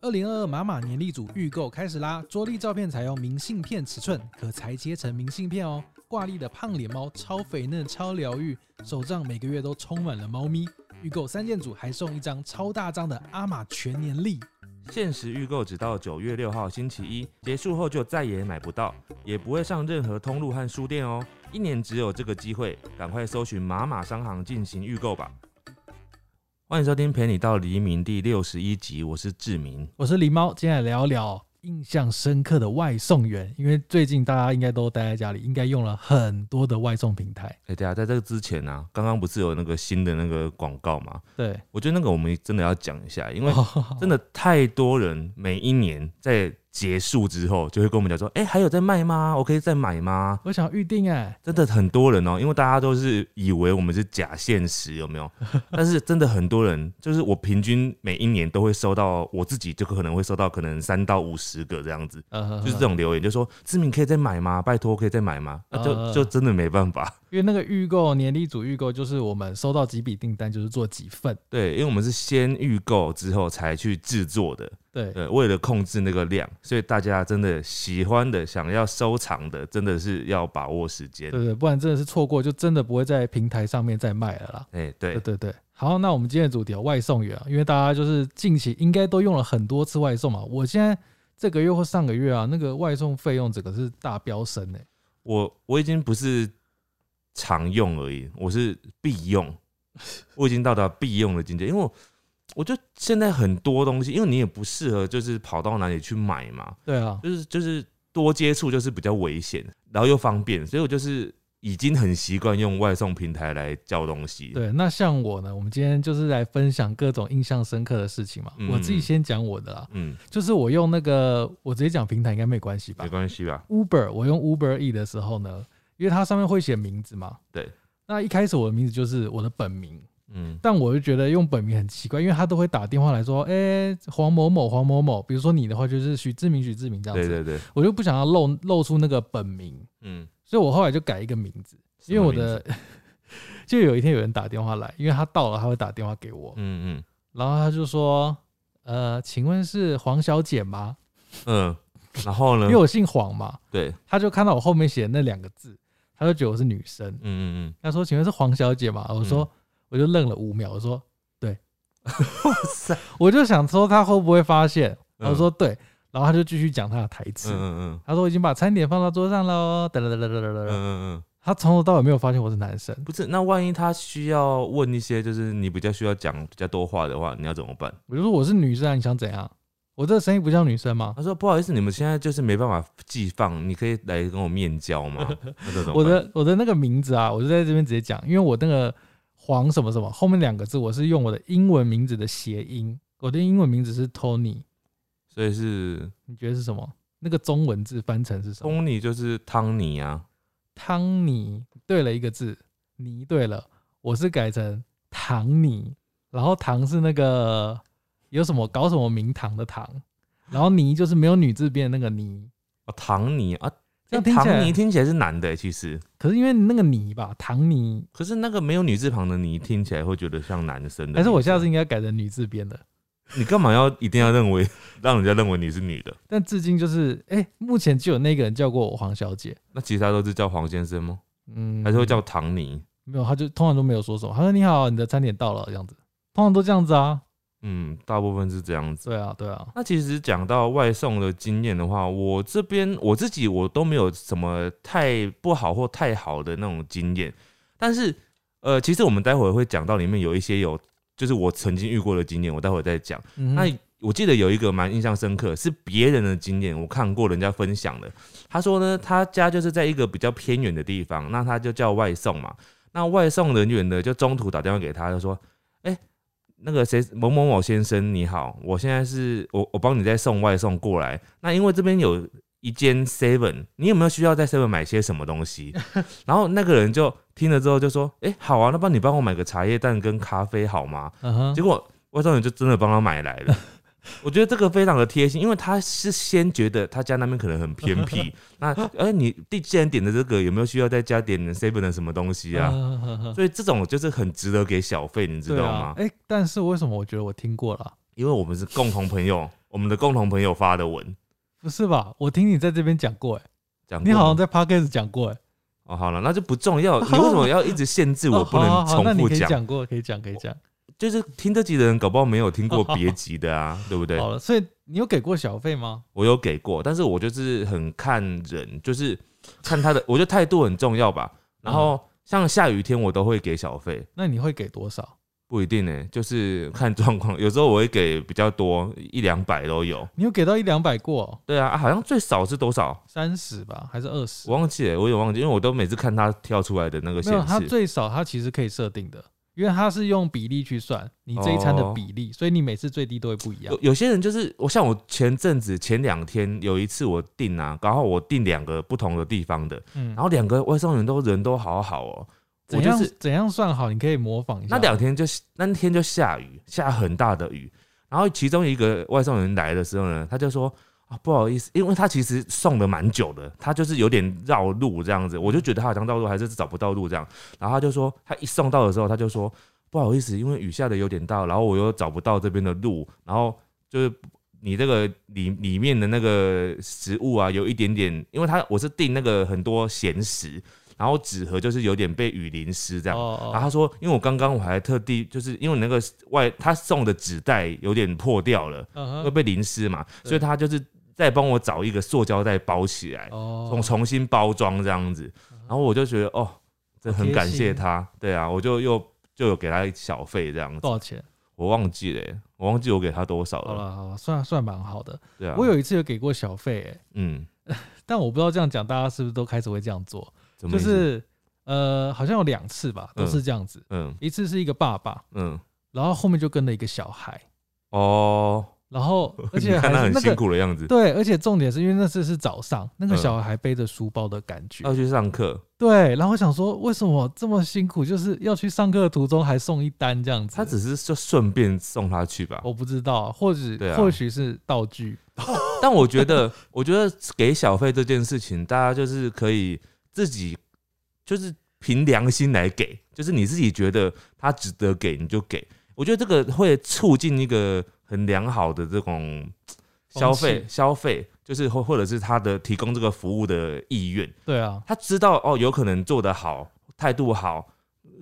二零二二马马年历组预购开始啦！桌历照片采用明信片尺寸，可裁切成明信片哦。挂历的胖脸猫超肥嫩、超疗愈，手账每个月都充满了猫咪。预购三件组还送一张超大张的阿玛全年历。限时预购只到九月六号星期一，结束后就再也买不到，也不会上任何通路和书店哦。一年只有这个机会，赶快搜寻马马商行进行预购吧。欢迎收听《陪你到黎明》第六十一集，我是志明。我是狸猫，今天来聊聊印象深刻的外送员，因为最近大家应该都待在家里，应该用了很多的外送平台。哎，对啊，在这个之前呢、刚刚不是有那个新的那个广告吗？对，我觉得那个我们真的要讲一下，因 为哦真的太多人每一年在结束之后就会跟我们讲说，哎、还有在卖吗？我可以再买吗？我想预定哎、真的很多人哦、因为大家都是以为我们是假现实，有没有？ 但是真的很多人，就是我平均每一年都会收到，我自己就可能会收到可能三到五十个这样子，呃，就是这，种留言，就说志明可以再买吗？拜托可以再买吗？那、嗯就嗯就真的没办法，因为那个预购年历组预购就是我们收到几笔订单就是做几份，对，因为我们是先预购之后才去制作的，对，对，为了控制那个量，所以大家真的喜欢的、想要收藏的，真的是要把握时间。对对，不然真的是错过就真的不会在平台上面再卖了啦。哎、对对对，对，好，那我们今天的主题有外送员啊，因为大家就是近期应该都用了很多次外送嘛，我现在这个月或上个月啊，那个外送费用整个是大飙升哎、我我已经不是常用而已，我是必用， 我已经到达必用的境界。因为我我就现在很多东西，因为你也不适合就是跑到哪里去买嘛，对啊，就是就是多接触就是比较危险，然后又方便，所以我就是已经很习惯用外送平台来叫东西。对，那像我呢，我们今天就是来分享各种印象深刻的事情嘛。嗯我自己先讲我的啦，嗯，就是我用那个，我直接讲平台应该没关系吧没关系吧？ ？Uber，我用 Uber E 的时候呢，因为它上面会写名字嘛。对。那一开始我的名字就是我的本名，嗯，但我就觉得用本名很奇怪，因为他都会打电话来说，哎、黄某某，黄某某，比如说你的话就是许志明，许志明这样子，对对对，我就不想要露露出那个本名，嗯，所以我后来就改一个名字。因为我什么名的 字，就有一天有人打电话来，因为他到了他会打电话给我，嗯然后他就说：“呃，请问是黄小姐吗？嗯嗯，然后呢因为？我姓黄嘛。对，”他就看到我后面写那两个字，他就觉得我是女生嗯， 嗯他说：“请问是黄小姐吗？”我说：“我就愣了五秒，我说嗯，哇塞，我就想说他会不会发现？”嗯他说：“对。”然后他就继续讲他的台词嗯，嗯他说：“我已经把餐点放到桌上喽。”哒哒哒哒哒哒嗯嗯哒。嗯嗯。他从头到尾没有发现我是男生，不是，那万一他需要问一些，就是你比较需要讲比较多话的话，你要怎么办？我就说我是女生啊，你想怎样？我这个声音不像女生吗？他说不好意思，你们现在就是没办法寄放，你可以来跟我面 交吗？那这怎么办我的我的那个名字啊，我就在这边直接讲，因为我那个黄什么什么后面两个字，我是用我的英文名字的谐音，我的英文名字是 Tony，所以是你觉得是什么？那个中文字翻成是什么？通你就是汤尼啊，汤尼对了一个字，尼对了，我是改成唐尼，然后唐是那个有什么搞什么名堂的堂，然后尼就是没有女字边的那个尼，哦唐尼啊，这样欸听起唐尼来，听起来是男的欸、其实，可是因为那个尼吧，唐尼，可是那个没有女字旁的你听起来会觉得像男生的。还是我下次应该改成女字边的。你干嘛要一定要认为让人家认为你是女的？但至今就是，哎、目前只有那个人叫过我黄小姐，那其他都是叫黄先生吗？嗯，还是会叫唐尼？没有，他就通常都没有说什么，他说你好，你的餐点到了这样子，通常都这样子啊，嗯，大部分是这样子。对啊，对啊，那其实讲到外送的经验的话，我这边我自己我都没有什么太不好或太好的那种经验，但是呃，其实我们待会儿会讲到里面有一些有，就是我曾经遇过的经验，我待会儿再讲。嗯哼那我记得有一个蛮印象深刻，是别人的经验，我看过人家分享的。他说呢，他家就是在一个比较偏远的地方，那他就叫外送嘛。那外送人员呢，就中途打电话给他，就说：“哎、那个谁某某某先生你好，我现在是我我帮你再送外送过来。那因为这边有一间 Seven，你有没有需要在 Seven 买些什么东西？” 然后那个人就听了之后就说：“哎、好啊，那帮你帮我买个茶叶蛋跟咖啡好吗？”嗯哼， 结果外送员就真的帮他买来了。 我觉得这个非常的贴心，因为他是先觉得他家那边可能很偏 僻，那哎、你你既然点的这个，有没有需要再加点 seven 的什么东西啊？嗯哼哼哼所以这种就是很值得给小费，你知对道啊吗，？哎、但是为什么我觉得我听过了啊？因为我们是共同朋友，我我们的共同朋友发的文，不是吧？我听你在这边讲过、欸，哎，讲过你好像吗在 podcast 讲过、欸，哎，哦，好了，那就不重 要。你为什么要一直限制我不能哦好好好那重你复可以讲？讲过，可以讲，可以讲。就是听这集的人，搞不好没有听过别集的啊，对不对？好了，所以你有给过小费吗？我有给过，但是我就是很看人，就是 看他的，我觉得态度很重要吧。然嗯后像下雨天，我都会给小费，那你会给多少？不一定呢、就是看状况。有时候我会给比较多，一两百都有。你有给到一两百过，对啊，啊好像最少是多少？三十吧，还是二十？我忘记了，我也忘记，因为我都每次看他跳出来的那个没显有，它示。最少它其实可以设定的，因为它是用比例去算你这一餐的比例，所以你每次最低都会不一样有。有些人哦就是我，像我前阵子前两天有一次我订啊，然后我订两个不同的地方的，嗯，然后两个外送员都人都好好哦、我怎就样是怎样算好？你可以模仿一下。那两天就那天就下雨，下很大的雨。然后其中一个外送人来的时候呢，他就说啊不好意思，因为他其实送了蛮久的，他就是有点绕路这样子，我就觉得他好像绕路还是找不到路这样。然后他就说他一送到的时候，他就说不好意思，因为雨下的有点大，然后我又找不到这边的路，然后就是。你这个里里面的那个食物啊，有一点点，因为他我是订那个很多咸食，然后纸盒就是有点被雨淋湿这样，哦然后他哦，说，因为我刚刚我还特地，就是因为那个外他送的纸袋有点破掉了，嗯会哼被淋湿嘛，对所以他就是再帮我找一个塑胶袋包起来，重哦，嗯重新包装这样子。然后我就觉得哦，这很感贴谢心他，对啊，我就又就有给他小费这样子多，少钱？我忘记了欸、我忘记我给他多少好了，了好了，算算蛮好的。对啊，我有一次有给过小费、欸，嗯，但我不知道这样讲大家是不是都开始会这样做，怎么就意思是呃，好像有两次吧，都是这样子。嗯一次是一个爸爸，嗯然后后面就跟了一个小孩，哦，然 后而你且还看他是很那辛个苦的样子，对，而且重点是因为那次是早上，那个嗯哦小孩还背着书包的感觉。要去上课，对，然后我想说，为什么这么辛苦，就是要去上课的途中还送一单这样子？他只是就顺便送他去吧，我不知道，或许、对啊或许是道具。但我觉得，我觉得给小费这件事情，大家就是可以自己就是凭良心来给，就是你自己觉得他值得给你就给。我觉得这个会促进一个很良好的这种风消费气消费，就是或或者是他的提供这个服务的意愿。对啊，他知道哦，有可能做得好，态度好，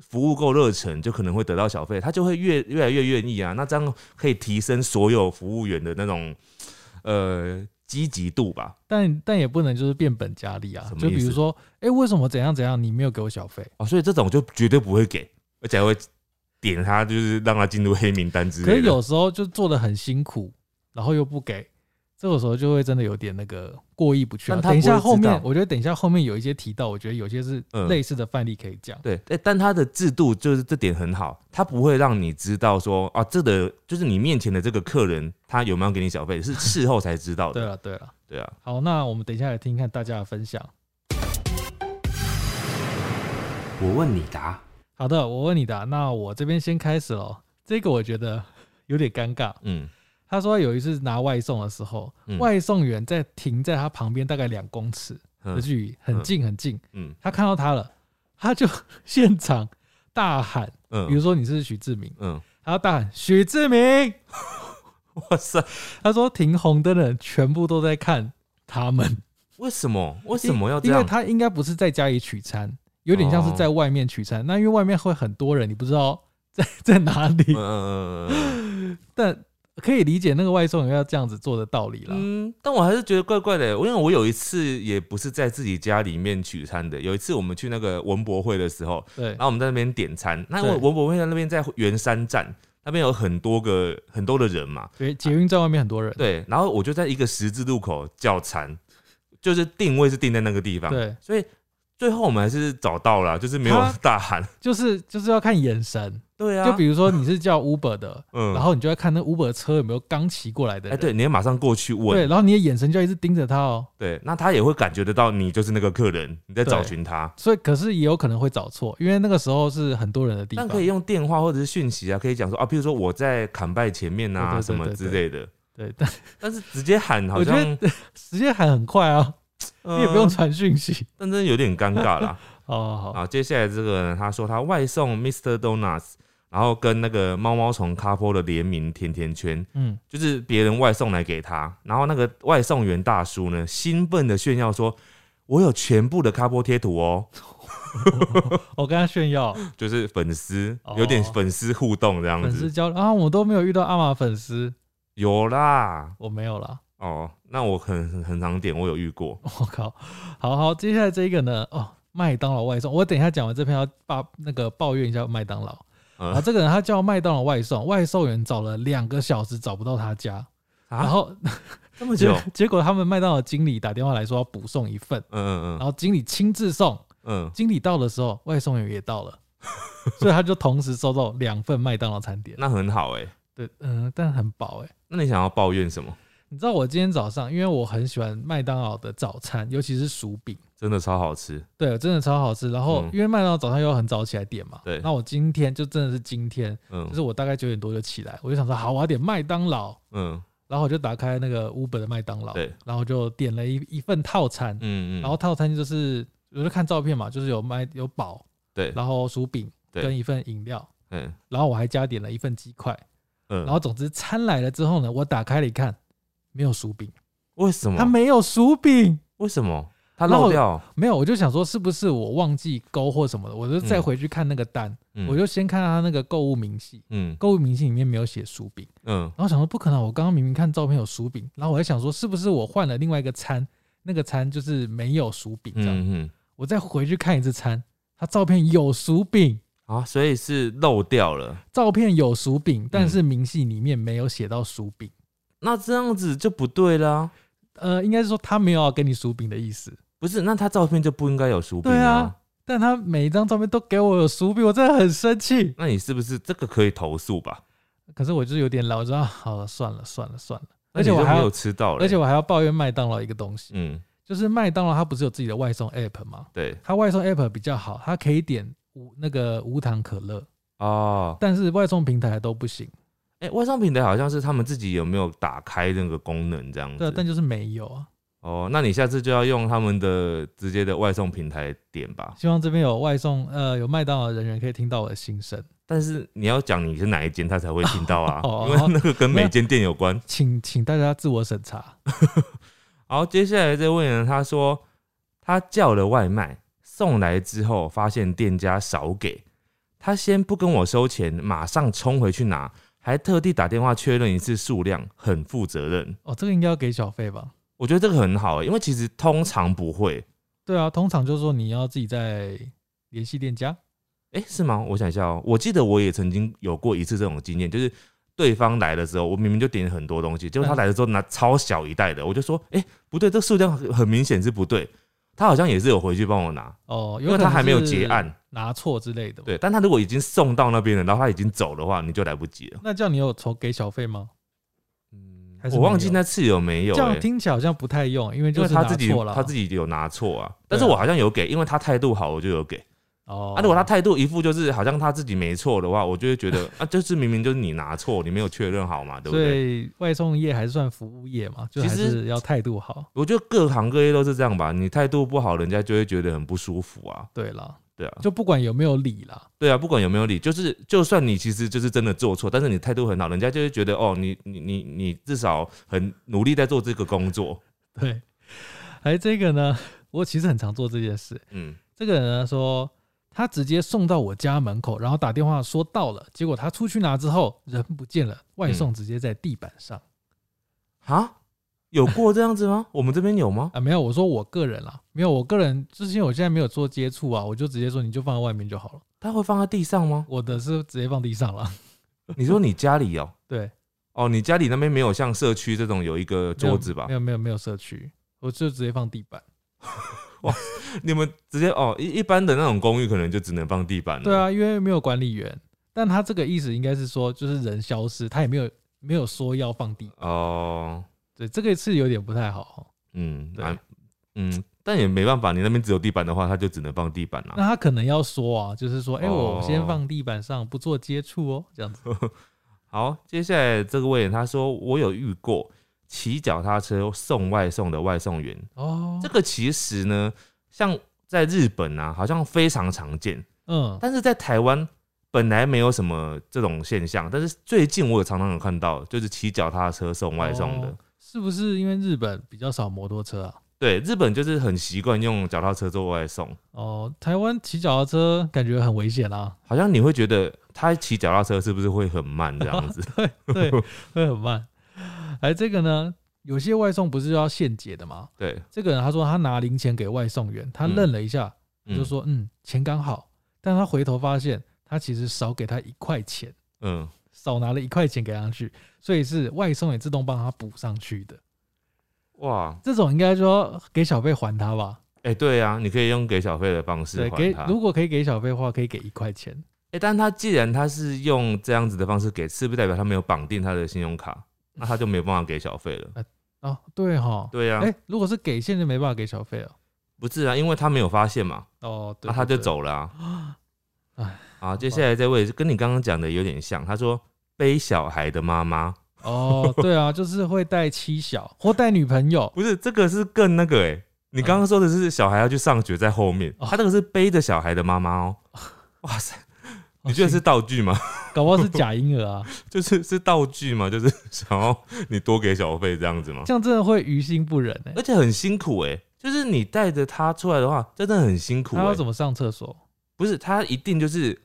服务够热忱，就可能会得到小费，他就会越越来越愿意啊。那这样可以提升所有服务员的那种呃积极度吧？但但也不能就是变本加厉啊什。么就意比如思说，哎、为什么怎样怎样，你没有给我小费？哦，所以这种就绝对不会给，而且还会点他，就是让他进入黑名单之可类是的。有时候就做的很辛苦，然后又不给，这个时候就会真的有点那个过意不去、啊。但他等一下不会后知道面，我觉得等一下后面有一些提到，我觉得有些是嗯类似的范例可以讲。对，诶但他的制度就是这点很好，他不会让你知道说啊，这个就是你面前的这个客人他有没有给你小费，是事后才知道对的。了对了，对啊，好，那我们等一下来听一看大家的分享。我问你答，好的，我问你答。那我这边先开始喽。这个我觉得有点尴尬。嗯，他说有一次拿外送的时候，嗯外送员在停在他旁边大概两公尺的嗯距离，很近很近。嗯他看到他了，他就现场大喊，比如嗯说你是许志明，嗯，他要大喊许志明。哇塞，他说停红灯的人全部都在看他们，为什么？为什么要这因为样？哦他应该不是在家里取餐，有点像是在外面取餐。那因为外面会很多人，你不知道 在在哪里。嗯嗯嗯 嗯但可以理解那个外送员要这样子做的道理啦。嗯，嗯但我还是觉得怪怪的。因为我有一次也不是在自己家里面取餐的，有一次我们去那个文博会的时候，对然，后我们在那边点餐。那对文文博会在那边在圆山站那边有很多个很多的人嘛，捷捷运站外面很多人，对。然后我就在一个十字路口叫餐，就是定位是定在那个地方，对，所以最后我们还是找到了，就是没有他大喊。就是就是要看眼神。对啊，就比如说你是叫 Uber 的，嗯然后你就要看那 Uber 车有没有刚骑过来的哎、人，对，你要马上过去问对，，然后你的眼神就要一直盯着他哦。对，那他也会感觉得到你就是那个客人，你在找对寻他。所以可是也有可能会找错，因为那个时候是很多人的地但方。可以用电话或者是讯息啊，可以讲说啊，譬如说我在砍拜前面对啊对对什么之类的。对，但 但是直接喊好我觉像得 时间喊很快啊，呃你也不用传讯息。哦但真的有点尴尬啦。 啊好好好，啊，接下来这个人他说他外送 Mr. Donuts，然后跟那个猫猫虫咖啡的联名甜甜圈，嗯，就是别人外送来给他，然后那个外送员大叔呢，兴奋的炫耀说：“我有全部的咖波贴图哦！”我跟他炫耀，就是粉丝哦有点粉丝互动这样粉丝子，交流啊，我都没有遇到阿玛粉丝，有啦。我没有啦。哦，那我很很很常点，我有遇过。我靠，好好，接下来这一个呢？哦，麦当劳外送，我等一下讲完这篇要把那个抱怨一下麦当劳啊。呃这个人他叫麦当劳外送，外送员找了两个小时找不到他家，然啊， 后这么结久，结果他们麦当劳经理打电话来说要补送一份，嗯嗯然后经理亲自送，嗯嗯，经理到的时候，外送员也到 了。所以他就同时收到两份麦当劳餐点，那很好哎、对，嗯、但很饱哎、那你想要抱怨什么？你知道我今天早上，因为我很喜欢麦当劳的早餐，尤其是薯饼，真的超好吃，对，真的超好吃。然后嗯因为麦当劳早上又很早起来点嘛，对那我今天就真的是今天，嗯就是我大概九点多就起来，我就想说好，我要点麦当劳，嗯然后我就打开那个 Uber 的麦当劳，对，然后就点了一一份套餐，嗯嗯，然后套餐就是我就看照片嘛，就是有麦有堡，对，然后薯饼对跟一份饮料，嗯然后我还加点了一份鸡块，嗯，然后总之餐来了之后呢，我打开了一看，没有薯饼，为什它么？没有薯饼。为什么它然后漏掉？没有，我就想说是不是我忘记勾或什么的，我就再嗯回去看那个单，嗯我就先看他那个购物明细，嗯购物明细里面没有写薯饼，嗯然后想说不可能，我刚刚明明看照片有薯饼，然后我还想说是不是我换了另外一个餐，那个餐就是没有薯饼这样，嗯嗯我再回去看一次餐，他照片有薯饼，啊，所以是漏掉了。照片有薯嗯饼，但是明细里面没有写到薯饼，那这样子就不对啦，呃，应该是说他没有要给你薯饼的意思，不是？那他照片就不应该有薯饼对啊。但他每一张照片都给我有薯饼，我真的很生气。那你是不是这个可以投诉吧？可是我就是有点老，我知道好了，算了算了算了，那而且你我就还没要有，吃到了、而且我还要抱怨麦当劳一个东西，嗯，就是麦当劳它不是有自己的外送 app 吗？对它外送 app 比较好，它可以点无那个无糖可乐，哦，但是外送平台都不行，哎、外商平台好像是他们自己有没有打开那个功能这样对啊子，？但就是没有啊。哦，那你下次就要用他们的直接的外送平台点吧。希望这边有外送，呃，有麦当劳的人员可以听到我的心声，，但是你要讲你是哪一间，他才会听到啊 哦因为那个跟每间店有关。请请大家自我审查。好，接下来这位呢，他说他叫了外卖，送来之后发现店家少给，他先不跟我收钱，马上冲回去拿，还特地打电话确认一次数量，很负责任。哦，这个应该要给小费吧？我觉得这个很好、欸，因为其实通常不会。对啊，通常就是说你要自己再联系店家，哎、是吗？我想一下哦、我记得我也曾经有过一次这种经验，就是对方来的时候，我明明就点了很多东西，结果他嗯来的时候拿超小一袋的，我就说，哎、不对，这数量很很明显是不对。他好像也是有回去帮我拿，哦，因有为可他能还没有是结案。拿错之类的。对，但他如果已经送到那边了，然后他已经走的话，你就来不及了。那这样你有筹给小费吗？嗯还，是我忘记没有那次有没有、这样欸，听起来好像不太用，因为因就为是他自己拿错了，啊他自己有拿错啊，但是对啊我好像有给，因为他态度好，我就有给。哦。啊，如果他态度一副就是好像他自己没错的话，我就会觉得啊，就是明明就是你拿错，你没有确认好嘛，对不所对？以外送业还是算服务业嘛，就其还实是要态度好。我觉得各行各业都是这样吧，你态度不好，人家就会觉得很不舒服啊。对啦，对啊，就不管有没有理啦，对啊，不管有没有理，就是就算你其实就是真的做错，但是你态度很好，人家就会觉得哦，你你你你至少很努力在做这个工作。 对。哎，这个呢，我其实很常做这件事。嗯，这个人呢说，他直接送到我家门口，然后打电话说到了，结果他出去拿之后人不见了，外送直接在地板上、啊，有过这样子吗？我们这边有吗？啊。没有，我说我个人啦，没有，我个人之前我现在没有做接触啊，我就直接说你就放在外面就好了。他会放在地上吗？我的是直接放地上了，你说你家里哦、 对。哦，你家里那边没有像社区这种有一个桌子吧没？有没有没有社区，我就直接放地板。你们直接哦，一一般的那种公寓可能就只能放地板了。对，啊，因为没有管理员，但他这个意思应该是说，就是人消失，他也没有没有说要放地，哦，对，这个是有点不太好。嗯，对蛮，嗯，但也没办法，你那边只有地板的话，他就只能放地板啦、那他可能要说啊，就是说，哎、啊哦我先放地板上，不做接触哦，这样子。好，接下来这个位他说我有遇过骑脚踏车送外送的外送员，哦这，个其实呢，像在日本啊，好像非常常见，嗯，但是在台湾本来没有什么这种现象，但是最近我有常常有看到，就是骑脚踏车送外送的。哦是不是因为日本比较少摩托车啊？对，日本就是很习惯用脚踏车做外送，哦，台湾骑脚踏车感觉很危险啊，好像你会觉得他骑脚踏车是不是会很慢这 样子？ 对，会很慢。哎，这个呢，有些外送不是要现结的吗？对，这个人他说他拿零钱给外送员，他嗯愣了一下，嗯就，说嗯钱刚好，但他回头发现他其实少给他一块钱，嗯，少拿了一块钱给他去，所以是外送也自动帮他补上去的。哇，这种应该说给小费还他吧，哎、对啊，你可以用给小费的方式对，还给他。如果可以给小费的话，可以给一块钱。哎、但他既然他是用这样子的方式给，是不是代表他没有绑定他的信用卡？那他就没有办法给小费了。哦，对哈，对啊呀、哎、如果是给现就没办法给小费了。不是啊，因为他没有发现嘛，哦，对那啊他就。对对走了啊。唉好，接下来这位跟你刚刚讲的有点像，他说背小孩的妈妈，哦，对啊，就是会带妻小或带女朋友。不是这个是更那个哎、你刚刚说的是小孩要去上学在后面，哦他这个是背着小孩的妈妈 哦。哇塞， 你觉得是哦？道具吗？是搞不好是假婴儿啊， 就是是道具吗？就是想要你多给小费这样子吗？这样真的会于心不忍哎、而且很辛苦哎、就是你带着他出来的话，真的很辛苦、他要欸。怎么上厕所？不是他一定就是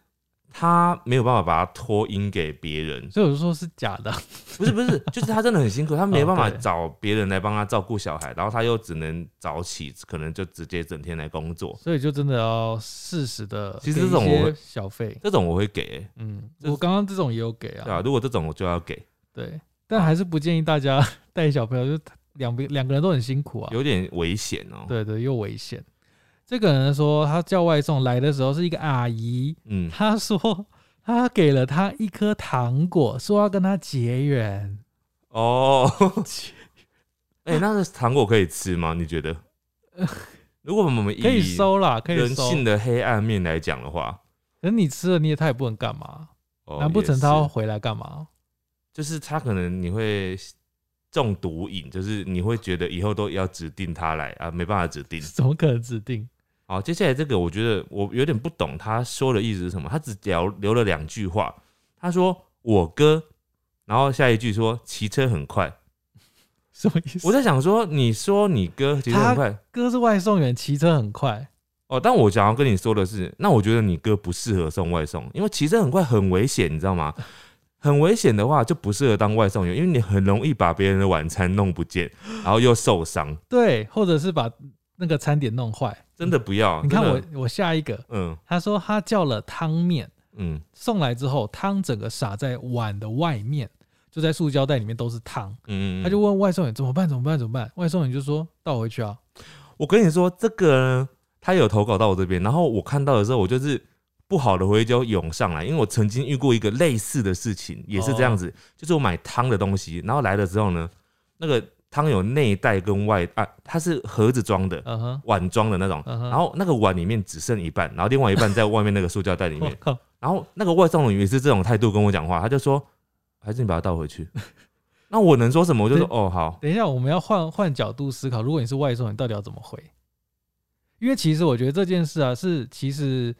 他没有办法把它托音给别人，所以我就说是假的。啊不是不 是，就是他真的很辛苦，他没办法哦对找别人来帮他照顾小孩，然后他又只能早起，可能就直接整天来工作。所以就真的要适时的，其实这种我会小费，这种我会给、欸，嗯，这我刚刚这种也有给对啊，啊，如果这种我就要给，对，但还是不建议大家 带小朋友，就两边两个人都很辛苦啊，有点危险哦、对对，又危险。这个人说他叫外送来的时候是一个阿姨，嗯，他说他给了他一颗糖果，说要跟他结 缘，哦， 哎、那个糖果可以吃吗？你觉得？如果我们可以以收啦，可人以收。性的黑暗面来讲的话，可是你吃了你也他也不能干嘛，哦难不成也是嗯他要回来干嘛？就是他可能你会中毒瘾，就是你会觉得以后都要指定他来啊，没办法指定。 怎么可能指定？好，接下来这个我觉得我有点不懂他说的意思是什么，他只聊留了两句话，他说我哥，然后下一句说骑车很快。什么意思？我在想说，你说你哥骑车很快哥是外送员，骑车很快，哦，但我想要跟你说的是，那我觉得你哥不适合送外送，因为骑车很快很危险，你知道吗？很危险的话就不适合当外送员，因为你很容易把别人的晚餐弄不见，然后又受伤。对，或者是把那个餐点弄坏。真的不要。你看哦真的我，，我下一个，嗯他说他叫了汤面，嗯送来之后汤整个洒在碗的外面，就在塑胶袋里面都是汤。嗯，嗯他就问外送员怎么办？怎么办？怎么办？外送员就说倒回去啊。我跟你说，这个呢他有投稿到我这边，然后我看到的时候，我就是不好的回忆就涌上来，因为我曾经遇过一个类似的事情，也是这样哦子，就是我买汤的东西，然后来了之后呢，那个汤有内袋跟外啊，它是盒子装的。嗯 哼，碗装的那种，嗯哼然后那个碗里面只剩一半，然后另外一半在外面那个塑胶袋里我 面。靠，然后那个外送员也是这种态度跟我讲话，他就说：“还是你把它倒回去。” 那我能说什么？我就说：“哦，好。”等一下，我们要换换角度思考，如果你是外送员，到底要怎么回？因为其实我觉得这件事啊，是其实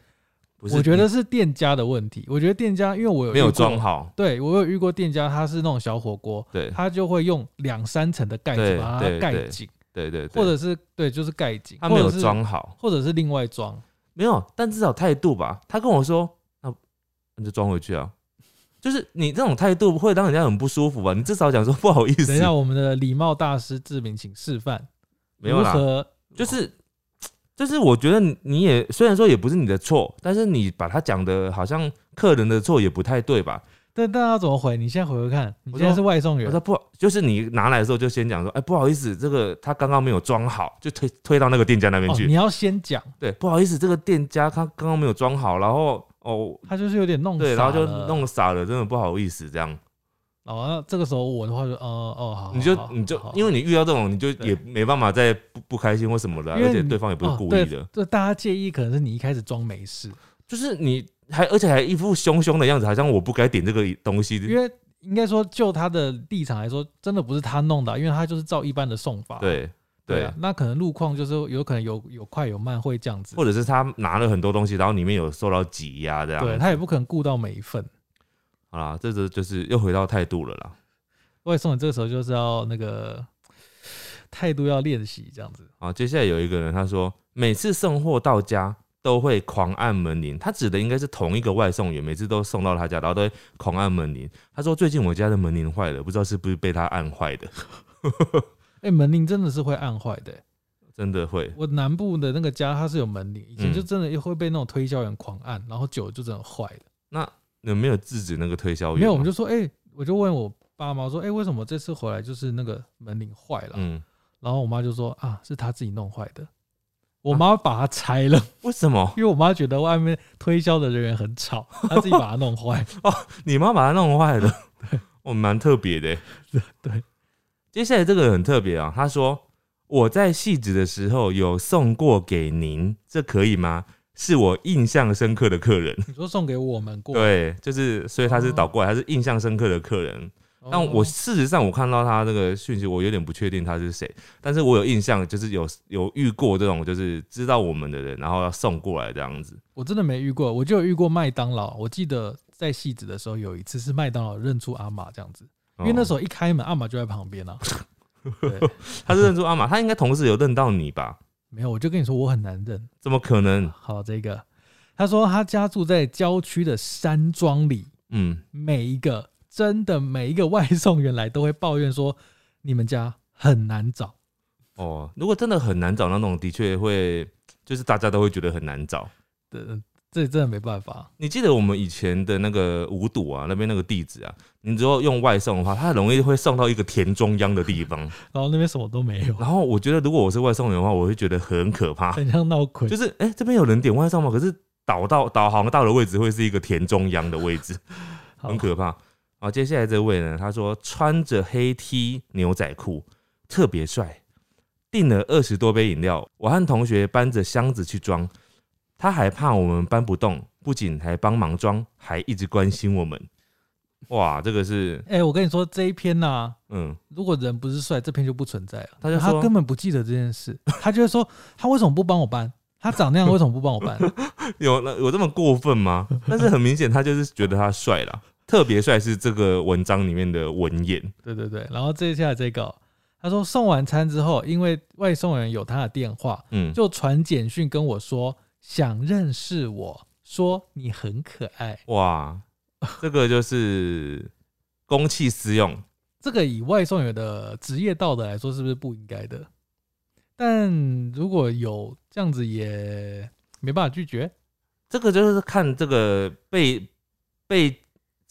不是我觉得是店家的问题。我觉得店家，因为我有没有遇过装好，对我有遇过店家，他是那种小火锅，对他就会用两三层的盖子对把它对盖对紧，对对对，或者是对，就是盖紧，他没有或者是，装好，或者是另外装。没有，但至少态度吧。他跟我说，那那就装回去啊。 就是你这种态度会让人家很不舒服吧？你至少讲说不好意思等一，下，我们的礼貌大师志明，请示范没有如啦，何就是就是我觉得你也虽然说也不是你的错，但是你把他讲的好像客人的错也不太对吧？但但要怎么回？你现在回回看，你我现在说是外送我员哦说，不好，就是你拿来的时候就先讲说，哎，不好意思，这个他刚刚没有装好，就推推到那个店家那边哦，去。你要先讲，对，不好意思，这个店家他刚刚没有装好，然后哦，他就是有点弄对，傻然后就了弄傻了，真的不好意思，这样哦，那这个时候我的话就，哦哦好，你就好好你就好好因为你遇到这种，你就对也没办法再不不开心或什么的啊，因为而且你对方也不是哦故对意的，就大家介意，可能是你一开始装没事，就是你还而且还一副凶凶的样子，好像我不该点这个东西，因为应该说就他的立场来说，真的不是他弄的啊，因为他就是照一般的送法，，对对啊，那可能路况就是有可能有有快有慢会这样子或，者是他拿了很多东西，然后里面有受到挤压这样。对他也不可能顾到每一份。好啦，这个就是又回到态度了啦。外送你这个时候就是要那个态度要练习这样子，好，接下来有一个人他说，每次送货到家都会狂按门铃，他指的应该是同一个外送员，每次都送到他家，然后都会狂按门铃。他说最近我家的门铃坏了，不知道是不是被他按坏的，哎、门铃真的是会按坏的欸、真的会。我南部的那个家它是有门铃，以前嗯就真的会被那种推销员狂按，然后久了就真的坏了。你哦没有制止那个推销员吗？没有，我们就说，哎、我就问我爸妈说，哎、为什么这次回来就是那个门铃坏了？嗯，然后我妈就说，啊，是他自己弄坏的。我妈把它拆了，为什么 因为我妈觉得外面推销的人员很吵，她自己把它弄坏。你妈把它弄坏 了？我蛮特别的欸。对，接下来这个很特别啊，他说我在细致的时候有送过给您，这可以吗？是我印象深刻的客人， 你说送给我们过，对，就是所以他是哦倒过来，他是印象深刻的客人。哦，但我事实上我看到他这个讯息，我有点不确定他是谁，但是我有印象，就是有有遇过这种就是知道我们的人，然后要送过来这样子。我真的没遇过，我就有遇过麦当劳。我记得在戏子的时候有一次是麦当劳认出阿玛这样子，因为那时候候一开门阿玛就在旁 边啊。对，他是认出阿玛，他应该同时有认到你吧？没有，我就跟你说我很难认。怎么可能？好，这个他说他家住在郊区的山庄里，嗯，每一个真的每一个外送员来都会抱怨说你们家很难找。哦，如果真的很难找那种，的确会，就是大家都会觉得很难找。这这真的没办法，你记得我们以前的那个五堵啊，那边那个地址啊，你只要用外送的话，它很容易会送到一个田中央的地方。然后那边什么都没有，然后我觉得，如果我是外送员的话，我会觉得很可怕。 很像闹鬼就。是，哎、这边有人点外送吗？可是导到导航到的位置会是一个田中央的位置，好很可怕。好，接下来这位呢，他说穿着黑 T 牛仔裤，特别帅，订了二十多杯饮料，我和同学搬着箱子去装，他还怕我们搬不动，不仅还帮忙装，还一直关心我们。哇，这个是，哎、我跟你说这一篇呐、嗯，如果人不是帅，这篇就不存在了。他就他说根本不记得这件事，他就会说他为什么不帮我搬？他长那样为什么不帮我搬？ 有那有这么过分吗？但是很明显，他就是觉得他帅啦，特别帅是这个文章里面的文眼。对对对，然后接下来这个哦、他说送完餐之后，因为外送人有他的电话，嗯，就传简讯跟我说想认识我，说你很可爱。哇，这个就是公器私用，这个以外送员的职业道德来说，是不是不应该的？但如果有这样子，也没办法拒绝。这个就是看这个被被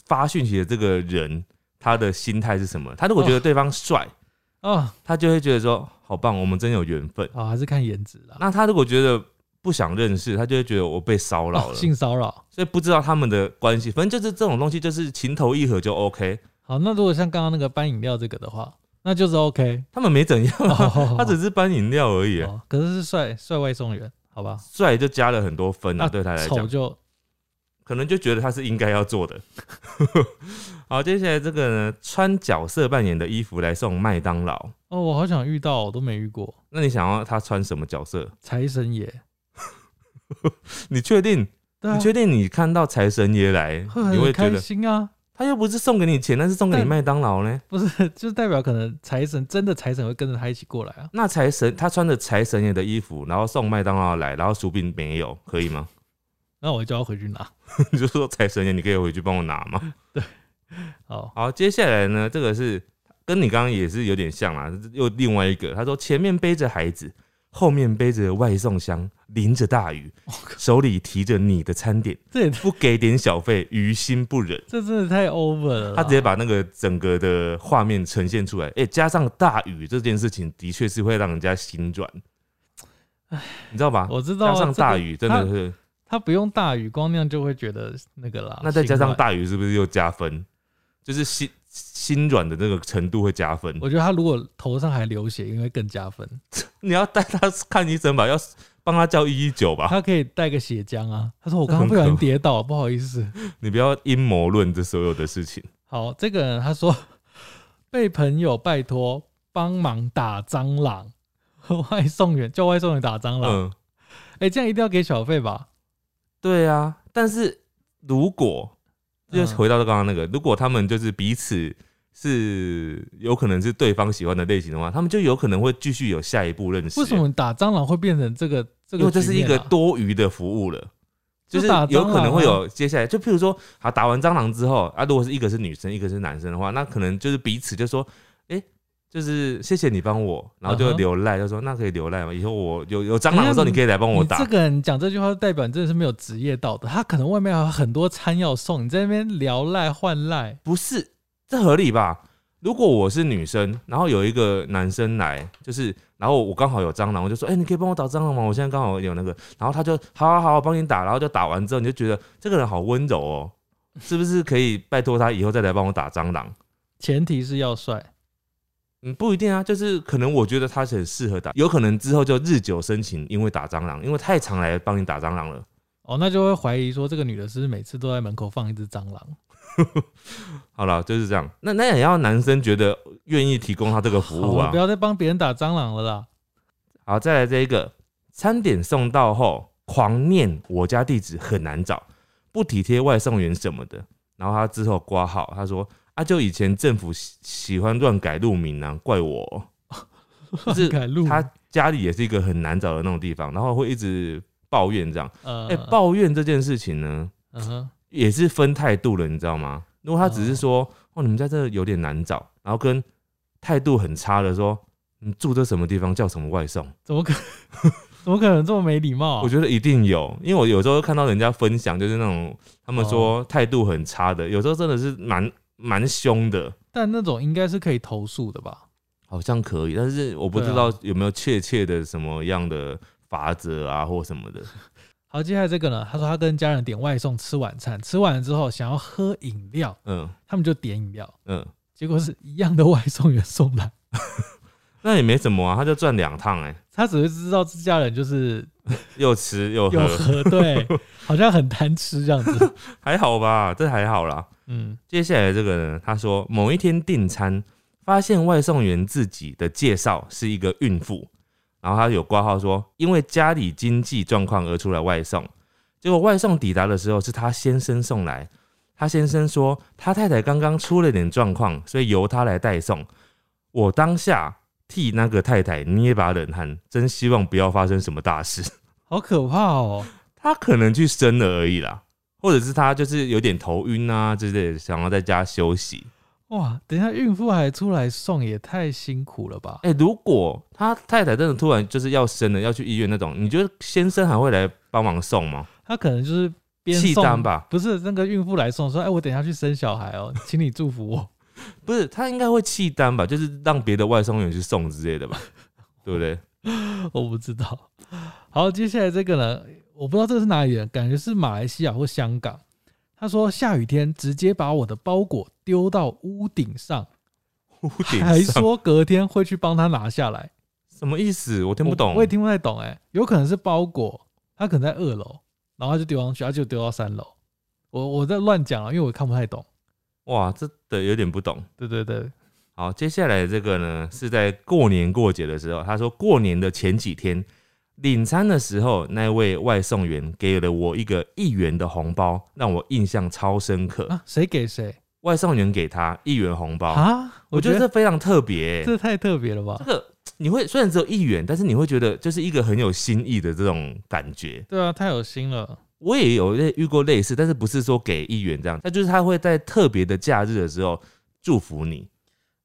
发讯息的这个人他的心态是什么。他如果觉得对方帅，啊他就会觉得说好棒，我们真有缘分。啊，还是看颜值啦。那他如果觉得不想认识，他就会觉得我被骚扰哦了，性骚扰。所以不知道他们的关系。反正就是这种东西，就是情投意合就 OK。好，那如果像刚刚那个搬饮料这个的话，那就是 OK 他们没怎样、啊，哦 他只是搬饮料而已、哦。可是是帅帅外送员，好吧？帅就加了很多分啊，那对他来丑讲。就可能就觉得他是应该要做的。 好，接下来这个呢，穿角色扮演的衣服来送麦当劳，哦，我好想遇到，我都没遇过那你想要他穿什么角色？财神爷。 你确定？对啊你，确定你看到财神爷 来，会你会很觉开得心啊， 他又不是送给你钱，但是送给你但麦当劳呢？不是，就是代表可能财神真的财神会跟着他一起过来啊。那财神他穿着财神爷的衣服，然后送麦当劳来，然后薯饼没有，可以吗？ 那我就要回去拿。你就说财神爷，你可以回去帮我拿吗？ 好，好，接下来呢，这个是跟你刚刚也是有点像啦，又另外一个，他说前面背着孩子，后面背着外送箱，淋着大 雨，手里提着你的餐点，这也不给点小费，于心不忍。这真的太 over 了啦。他直接把那个整个的画面呈现出来，哎、加上大雨这件事情，的确是会让人家心软。你知道吧？我知道啊加上大雨，这真个的是，他不用大雨，光那样就会觉得那个啦。那再加上啊心大雨，是不是又加分？就是心心软的那个程度会加分软，。我觉得他如果头上还流血，应该更加分。你要带他看医生吧，要帮他叫一一九吧。他可以带个血浆啊。他说我刚刚不小心跌倒，不好意思。你不要阴谋论这所有的事情。好，这个 人他说被朋友拜托帮忙打蟑螂， 外送员叫外送员打蟑螂，嗯，哎、这样一定要给小费吧？对啊。但是如果就嗯是回到刚刚那个，如果他们就是彼此是有可能是对方喜欢的类型的话，他们就有可能会继续有下一步认识。为什么打蟑螂会变成这个这因个局面啊、为这是一个多余的服务了。就就是打有蟑可能螂会啊有接下来，就譬如说，好打完蟑螂之后啊，如果是一个是女生，一个是男生的话，那可能就是彼此就说，哎、就是谢谢你帮我，然后嗯就哼留赖，就说那可以留赖吗？以后我有有蟑螂的时候，你你可以来帮我你打这。个人讲这句话，代表你真的是没有职业道德。他可能外面还有很多餐要送，你在那边聊赖换赖，不是，这合理吧？如果我是女生，然后有一个男生来，就是，然后我刚好有蟑螂，我就说，哎、你可以帮我打蟑螂吗？我现在刚好有那个，然后他就，好好好，我帮你打，然后就打完之后，你就觉得这个人好温柔哦，是不是可以拜托他以后再来帮我打蟑螂？前提是要帅。嗯，不一定啊，就是可能我觉得他很适合打，有可能之后就日久生情，因为打蟑螂，因为太常来帮你打蟑螂了。哦，那就会怀疑说这个女的是不是每次都在门口放一只蟑螂，好了，就是这样。那那也要男生觉得愿意提供他这个服务好啊了不。要再帮别人打蟑螂了啦。好，再来这一个，餐点送到后狂念我家地址很难找，不体贴外送员什么的。然后他之后挂号，他说啊，就以前政府喜喜欢乱改路名啊，怪我哦、 就是改路，他家里也是一个很难找的那种地方，然后会一直抱怨这样。呃，哎、抱怨这件事情呢，嗯哼，也是分态度了，你知道吗？如果嗯他只是说哦，你们家这有点难找，然后跟态度很差的说，你住这什么地方，叫什么外送。怎么可 怎么可能这么没礼貌啊、我觉得一定有，因为我有时候看到人家分享，就是那种他们说态度很差的，有时候真的是蛮蛮凶的，但那种应该是可以投诉的吧？好像可以，但是我不对啊知道有没有确切的什么样的法则啊或什么的。好，接下来这个呢，他说他跟家人点外送吃晚餐，吃完之后想要喝饮料，嗯他们就点饮料，嗯，结果是一样的外送员送来，那也没什么啊，他就赚两趟哎、他只会知道自家人就是又吃又有喝，核对， 好像很贪吃这样子。还好吧，这还好啦。嗯，接下来这个呢，他说某一天订餐，发现外送员自己的介绍是一个孕妇，然后他有挂号说因为家里经济状况而出来外送，结果外送抵达的时候是他先生送来，他先生说他太太刚刚出了点状况，所以由他来代送。我当下替那个太太捏把冷汗，真希望不要发生什么大事。好可怕哦。他可能去生了而已啦，或者是他就是有点头晕啊之类的，想要在家休息。哇，等一下孕妇还出来送，也太辛苦了吧？哎、如果他太太真的突然就是要生了，要去医院那种，你觉得先生还会来帮忙送吗？他可能就是边契送丹吧？不是那个孕妇来送说，哎、我等一下去生小孩哦， 请你祝福我。不是，他应该会弃单吧，就是让别的外送员去送之类的吧，对不对？我不知道。 好，接下来这个呢，我不知道这个是哪里人，感觉是马来西亚或香港。他说下雨天直接把我的包裹丢到屋顶上，屋还顶上说隔天会去帮他拿下来，什么意思？ 我听不懂。我，我也听不太懂哎、有可能是包裹，他可能在二楼，然后他就丢上去，他就丢到三楼。我我在乱讲啊，因为我看不太懂。哇，这的有点不懂。对对对，好，接下来这个呢，是在过年过节的时候，他说过年的前几天领餐的时候，那位外送员给了我一个一元的红包，让我印象超深刻。啊，谁给谁外送员给他一元红包，啊？我觉得这这非常特别欸、这太特别了吧这？个你会虽然只有一元，但是你会觉得就是一个很有新意的这种感觉。 对啊，太有心了。我也有类遇过类似，但是不是说给一元这样，那就是他会在特别的假日的时候祝福你，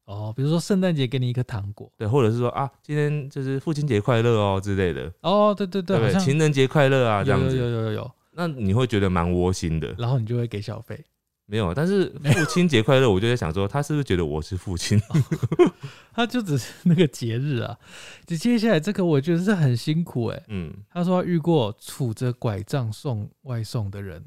哦，比如说圣诞节给你一颗糖果，对，或者是说啊，今天就是父亲节快乐哦之类的，哦，对对对，对不好对？像情人节快乐啊有这样有有子，有有有，那你会觉得蛮窝心的。然后你就会给小 费。没有，啊但 是父亲节快乐，我就在想说，他是不是觉得我是父亲？ 他就只是那个节日啊，接接下来这个我觉得是很辛苦哎、嗯，他说他遇过杵着拐杖送外送的人，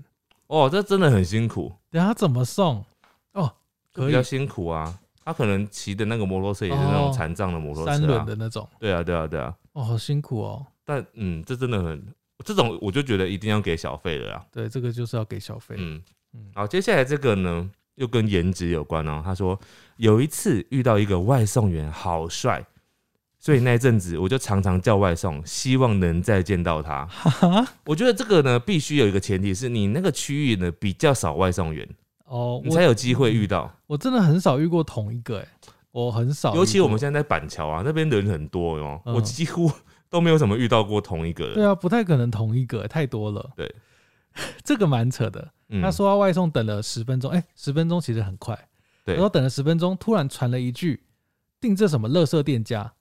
哦，这真的很辛苦。等下他怎么送？哦，可比以较辛苦啊。他可能骑的那个摩托车也是那种哦残障的摩托车、啊，三轮的那种，对啊，对啊，对啊。哦，好辛苦哦。但嗯，这真的很，这种我就觉得一定要给小费了啦。对，这个就是要给小费。嗯嗯，好，接下来这个呢，又跟颜值有关哦。他说有一次遇到一个外送员，好帅，所以那一阵子我就常常叫外送，希望能再见到他。哈我觉得这个呢，必须有一个前提是你那个区域呢比较少外送员，哦，你我才有机会遇到。我真的很少遇过同一个、欸，我很少遇过，尤其我们现在在板桥啊，那边人很多哦，嗯我几乎都没有怎么遇到过同一个对人。啊，不太可能同一个、欸太多了。对， 这个蛮扯的。嗯他说到外送等了十分钟，哎、十分钟其实很快。对然后等了十分钟，突然传了一句“订这什么垃圾店家”，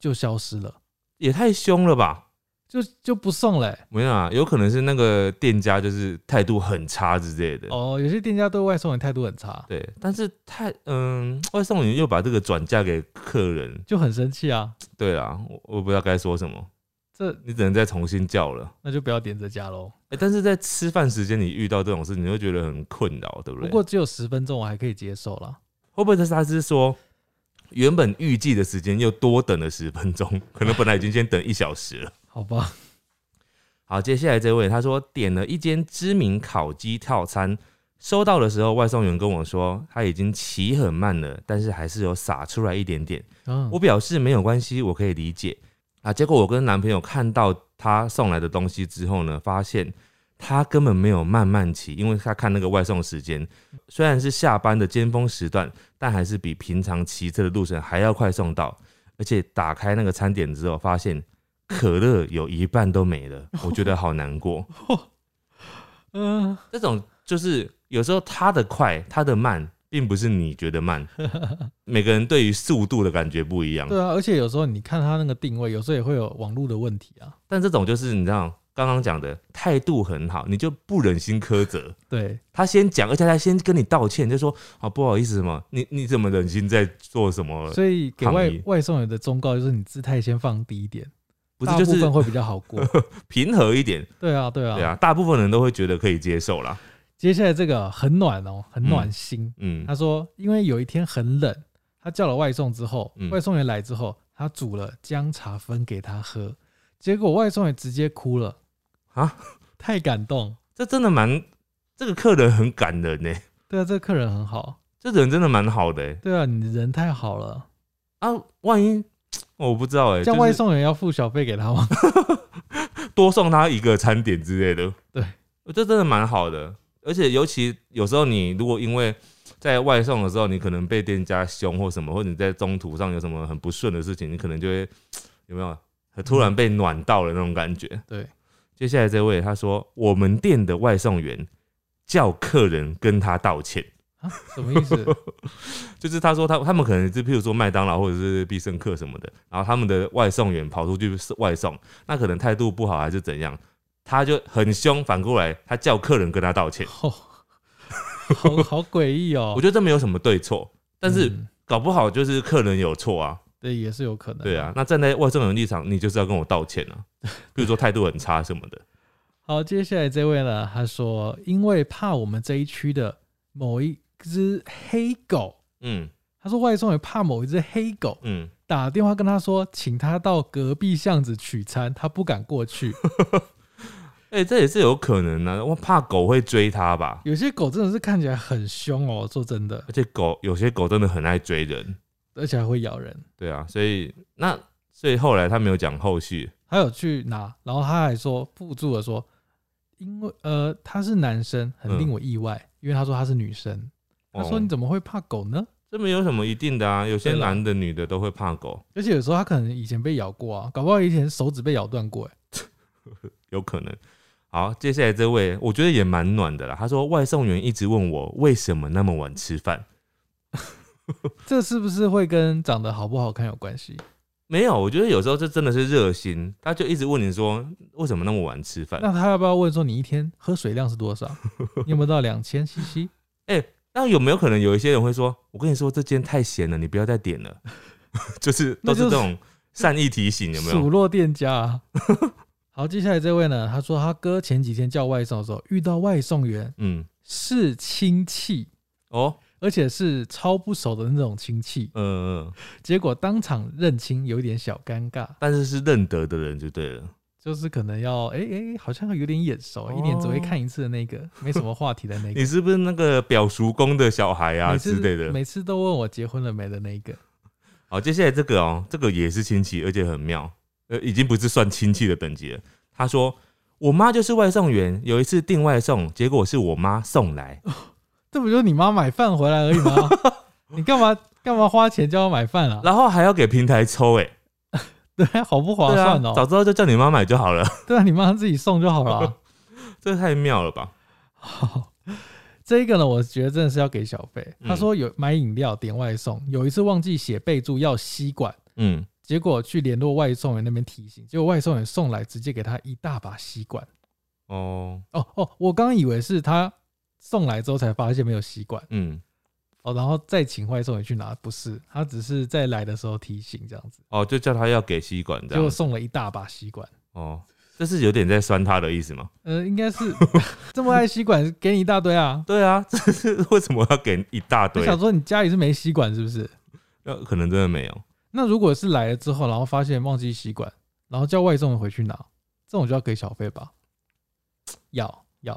就消失了，也太凶了吧？就就不送了欸、没有啊，有可能是那个店家就是态度很差之类的。哦，有些店家对外送员态度很差，对，但是太嗯，外送员又把这个转嫁给客人。就很生气啊。对啊，我我不知道该说什么，这你只能再重新叫了。那就不要点这家喽。哎、但是在吃饭时间你遇到这种事，你会觉得很困扰，对不不对？过只有十分钟，我还可以接受啦。会不会是他是说，原本预计的时间又多等了十分钟，可能本来已经先等一小时了。好吧，好，接下来这位他说点了一间知名烤鸡套餐，收到的时候外送员跟我说他已经骑很慢了，但是还是有洒出来一点点。嗯， 我表示没有关系，我可以理解啊。结果我跟男朋友看到他送来的东西之后呢，发现他根本没有慢慢骑，因为他看那个外送时间，虽然是下班的尖峰时段，但还是比平常骑车的路程还要快送到。而且打开那个餐点之后，发现可乐有一半都没 了，我觉得好难过。嗯，这种就是有时候他的快，他的慢，并不是你觉得 慢，每个人对于速度的感觉不一样。对啊，而且有时候你看他那个定位，有时候也会有网络的问题啊。但这种就是你知道刚刚讲的态度很好，你就不忍心苛责。对，他先讲，而且他先跟你道歉，就说啊不好意思什么，你你怎么忍心在做什么？所以给外呃抗议外送员的忠告就是你姿态先放低一点，不大是就部是分会比较好 过。平和一点，对啊，对啊，对啊，大部分人都会觉得可以接受啦。接下来这个很暖哦，很暖心。嗯他说，因为有一天很冷，他叫了外送之后，嗯外送员来之后，他煮了姜茶分给他喝，结果外送员直接哭了，啊，太感动。这真的蛮这个客人很感人呢、对啊，这个客人很好。这人真的蛮好的、欸对啊，你人太好了。啊，万一我不知道哎、叫就外是送员要付小费给他吗？多送他一个餐点之类的。对，这真的蛮好的。而且尤其有时候你如果因为在外送的时候，你可能被店家凶或什么，或者你在中途上有什么很不顺的事情，你可能就会有没有很突然被暖到了那种感觉。嗯对，接下来这位他说，我们店的外送员叫客人跟他道歉，啊，什么意 思？就是他说他他们可能是譬如说麦当劳或者是必胜客什么的，然后他们的外送员跑出去是外送，那可能态度不好还是怎样，他就很凶，反过来他叫客人跟他道歉。哦，好好诡异哦。我觉得这没有什么对错，但是嗯搞不好就是客人有错啊，对也是有可能。对啊。那站在外送员立场，你就是要跟我道歉啊，比如说态度很差什么的。好，接下来这位呢，他说因为怕我们这一区的某一只黑狗，嗯他说外送员怕某一只黑狗，嗯，打电话跟他说，请他到隔壁巷子取餐，他不敢过 去。哎、这也是有可能啊，我怕狗会追他吧，有些狗真的是看起来很凶哦，说真的，而且狗有些狗真的很爱追人，而且还会咬人。对啊，所以那所以后来他没有讲后续。他有去拿，然后他还说附注的说，因为呃他是男生，很令我意外，因为他说他是女生。他说嗯哦你怎么会怕狗呢？这没有什么一定的啊，有些对啦男的女的都会怕狗，而且有时候他可能以前被咬过啊，搞不好以前手指被咬断过、欸。有可能。好，接下来这位我觉得也蛮暖的啦。他说外送员一直问我为什么那么晚吃饭，这是不是会跟长得好不好看有关系？没有，我觉得有时候这真的是热心，他就一直问你说为什么那么晚吃饭。那他要不要问说你一天喝水量是多 少？你有没有到两千 CC？那有没有可能有一些人会说，我跟你说这间太咸了，你不要再点了， 就是那都是就是这种善意提醒，有没数有？落店家、啊。 好，接下来这位呢，他说他哥前几天叫外送的时候遇到外送员嗯，是亲戚，哦，而且是超不熟的那种亲戚，嗯、嗯，结果当场认亲，有一点小尴尬，但是是认得的人就对了。就是可能要哎哎、诶好像有点眼熟，一年只哦会看一次的那个，没什么话题的 那个你。是不是那个表叔公的小孩啊每之次类的？每次都问我结婚了没的那一个，好，接下来这个哦，这个也是亲戚，而且很妙，呃，已经不是算亲戚的等级了。他说，我妈就是外送员，有一次订外送，结果是我妈送来，啊这不就是你妈买饭回来而已吗？ 你干嘛干嘛花钱叫我买饭啊？ 然后还要给平台抽、欸，对啊，好不划对啊算，哦、早知道就叫你妈买就好了， 对啊，你妈自己送就好了啊。这太妙了吧？好，这个呢，我觉得真的是要给小费。他嗯说有买饮料点外送，有一次忘记写备注要吸管，嗯，结果去联络外送员那边提醒，结果外送员送来直接给他一大把吸管。哦，哦哦，我刚以为是他送来之后才发现没有吸管嗯，哦，然后再请外送员去拿，不是，他只是在来的时候提醒这样子，哦，就叫他要给吸管这结果样，送了一大把吸管。哦，这是有点在酸他的意思吗？呃，应该 是这么爱吸管，给你一大堆啊。对啊， 这是为什么要给一大我堆？想说你家里是没吸管是不是？呃，可能真的没有，那如果是来了之后，然后发现忘记吸管，然后叫外送回去拿，这种就要给小费吧？要要，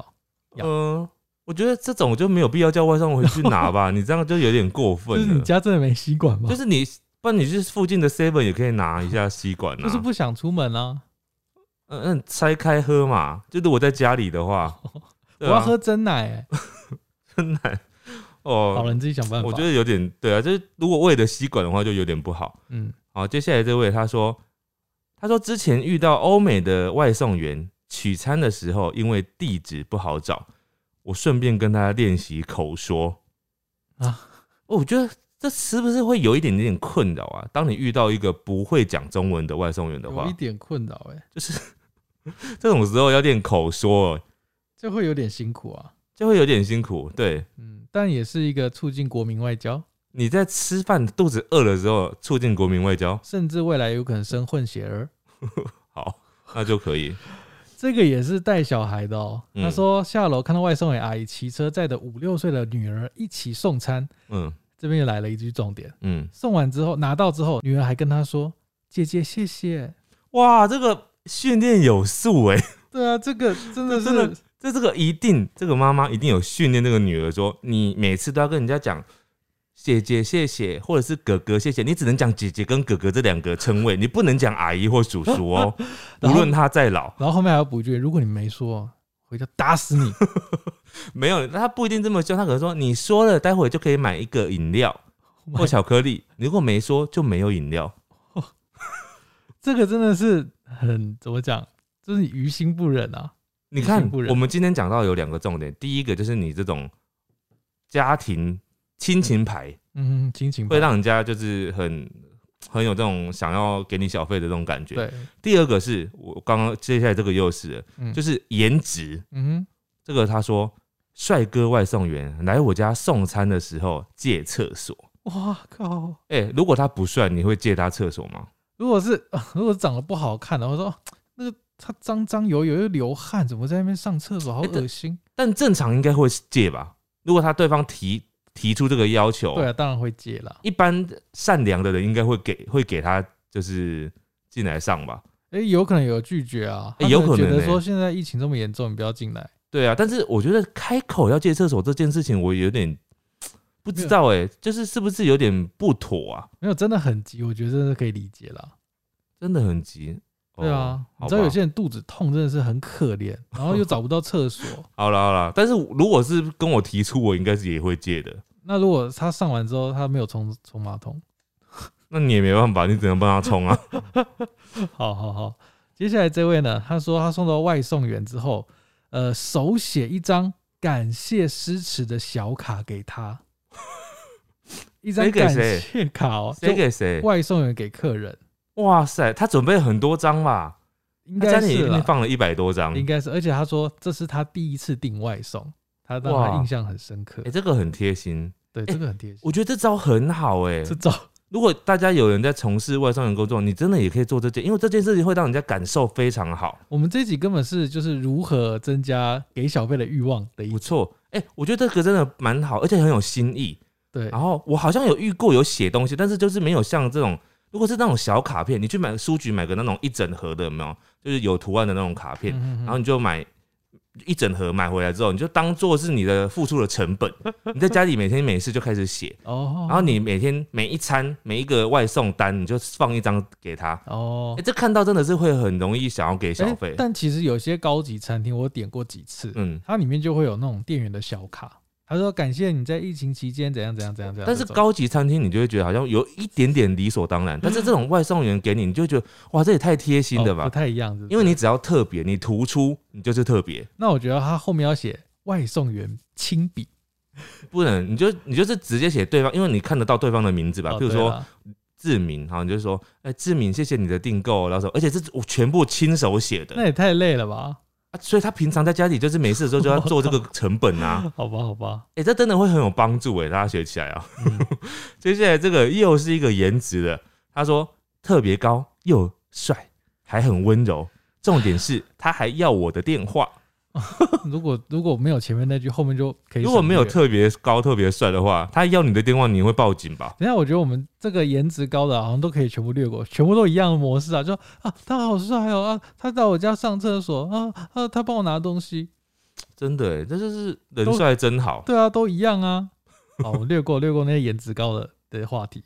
嗯、要我觉得这种就没有必要叫外送回去 拿吧，你这样就有点过就分是了。你家真的没吸管吗？就是你，不然你去附近的 Seven 也可以拿一下吸管啊，就是不想出门啊，嗯嗯，拆开喝嘛。就是我在家里的话， 我对啊要喝真奶、欸。真奶好哦了，，你自己想办法。我觉得有点对啊，就是如果为了吸管的话，就有点不好。嗯，好，接下来这位他说，他说之前遇到欧美的外送员取餐的时候，因为地址不好找，我顺便跟他练习口说啊啊、哦我觉得这是不是会有一点点困扰啊？当你遇到一个不会讲中文的外送员的话有一，点困扰，哎，这种时候要练口说、这会有点辛苦啊。就会有点辛苦。对，嗯，但也是一个促进国民外交，你在吃饭肚子饿的时候促进国民外交，甚至未来有可能生混血儿。好，那就可以。这个也是带小孩的哦。嗯他说下楼看到外送员阿姨骑车载着五六岁的女儿一起送餐，嗯这边又来了一句重点。嗯，送完之后拿到之后，女儿还跟他说：“姐姐，谢谢。哇，这个训练有素哎、”对啊，这个真的是这真的这这个一定，这个妈妈一定有训练这个女儿说，你每次都要跟人家讲。姐姐，谢谢，或者是哥哥，谢谢。你只能讲姐姐跟哥哥这两个称谓，你不能讲阿姨或叔叔哦。无 然后论他再老，然后后面还要补一句：“如果你没说，回家打死你。没有，他不一定这么凶。他可能说你说了，待会就可以买一个饮料 Oh 或 my- 巧克力。如果没说，就没有饮料。”这个真的是很怎么讲，就是于心不忍啊。你 于看心不，忍我们今天讲到有两个重点，第一个就是你这种家庭亲情牌，嗯，亲情吧会让人家就是很很有这种想要给你小费的这种感觉。对，第二个是我刚刚接下来这个又是了，嗯就是颜值。嗯这个他说，帅哥外送员来我家送餐的时候借厕所。哼，哇靠！哎、如果他不帅，你会借他厕所吗？如果是 如果长得不好看的，我说哦那个他脏脏油油又流汗，怎么在那边上厕所，好哎对恶心。但正常应该会借吧。如果他对方提提出这个要求，对啊，当然会戒啦。一般善良的人应该会给会给他就是进来上吧，哎、有可能有拒绝啊，哎他有可觉能得欸说现在疫情这么严重，你不要进来。对啊。但是我觉得开口要借厕所这件事情，我有点不知道哎、就是是不是有点不妥啊？没有，真的很急，我觉得真的可以理解啦。真真的很急。哦对啊，你好知道有吧些人肚子痛真的是很可怜，然后又找不到厕 所。好了好了，但是如果是跟我提出，我应该是也会借的。那如果他上完之后他没有冲冲马桶，那你也没办法，你只能帮他冲啊。好好好。接下来这位呢，他说他送到外送员之后，呃，手写一张感谢诗词的小卡给他， 一张谁给感谁谢卡 哦，谁就给谁？外送员给客人，哇塞，他准备很多张吧？应他家该里一是定啦放了一百多张。应该是，而且他说这是他第一次订外送，他让他哇印象很深刻哎、。这个很贴心，对，这个很贴心。我觉得这招很好哎、这招如果大家有人在从事外送员工作，你真的也可以做这件，因为这件事情会让人家感受非常好，我们这一集根本是就是如何增加给小费的欲望的一不错。哎、我觉得这个真的蛮好，而且很有新意。对然后我好像有遇过有写东西，但是就是没有像这种，如果是那种小卡片，你去买书局买个那种一整盒的，有没有？就是有图案的那种卡片，嗯嗯嗯然后你就买一整盒买回来之后，你就当做是你的付出的成 本。你在家里每天每次就开始写，哦，然后你每天每一餐每一个外送单，你就放一张给他。哦哎、，这看到真的是会很容易想要给小诶费。但其实有些高级餐厅我点过几次，嗯，它里面就会有那种店员的小卡，他说感谢你在疫情期间怎样怎样怎样怎样。但是啊这种高级餐厅你就会觉得好像有一点点理 所当然，但是这种外送员给你，你就会觉得哇，这也太贴心了哦吧不？太一样是不是因为你只要特别，你突出，你就是特别，那我觉得他后面要写外送员亲笔不能你就你就是直接写对方，因为你看得到对方的名字吧？哦比如对说啦志明，好，你就说，哎、志明，谢谢你的订购，然后说，而且这是我全部亲手写的、那也太累了吧？啊所以他平常在家里就是没事的时候就要做这个成本啊。好吧，好 吧，哎、这真的会很有帮助哎，大家学起来啊。嗯 接下来这个又是一个颜值的，他说特别高又帅，还很温柔，重点 是他还要我的电话。如果如果没有前面那句，后面就可以。如果没有，特别高、特别帅的话，他要你的电话，你会报警吧？等一下我觉得我们这个颜值高的好像都可以全部略过，全部都一样的模式啊，就啊他好帅哦啊，他到我家上厕所啊啊他帮我拿东西，真的哎，这就是人帅真好。对啊，都一样啊。好，我们略过略过那些颜值高的的话题。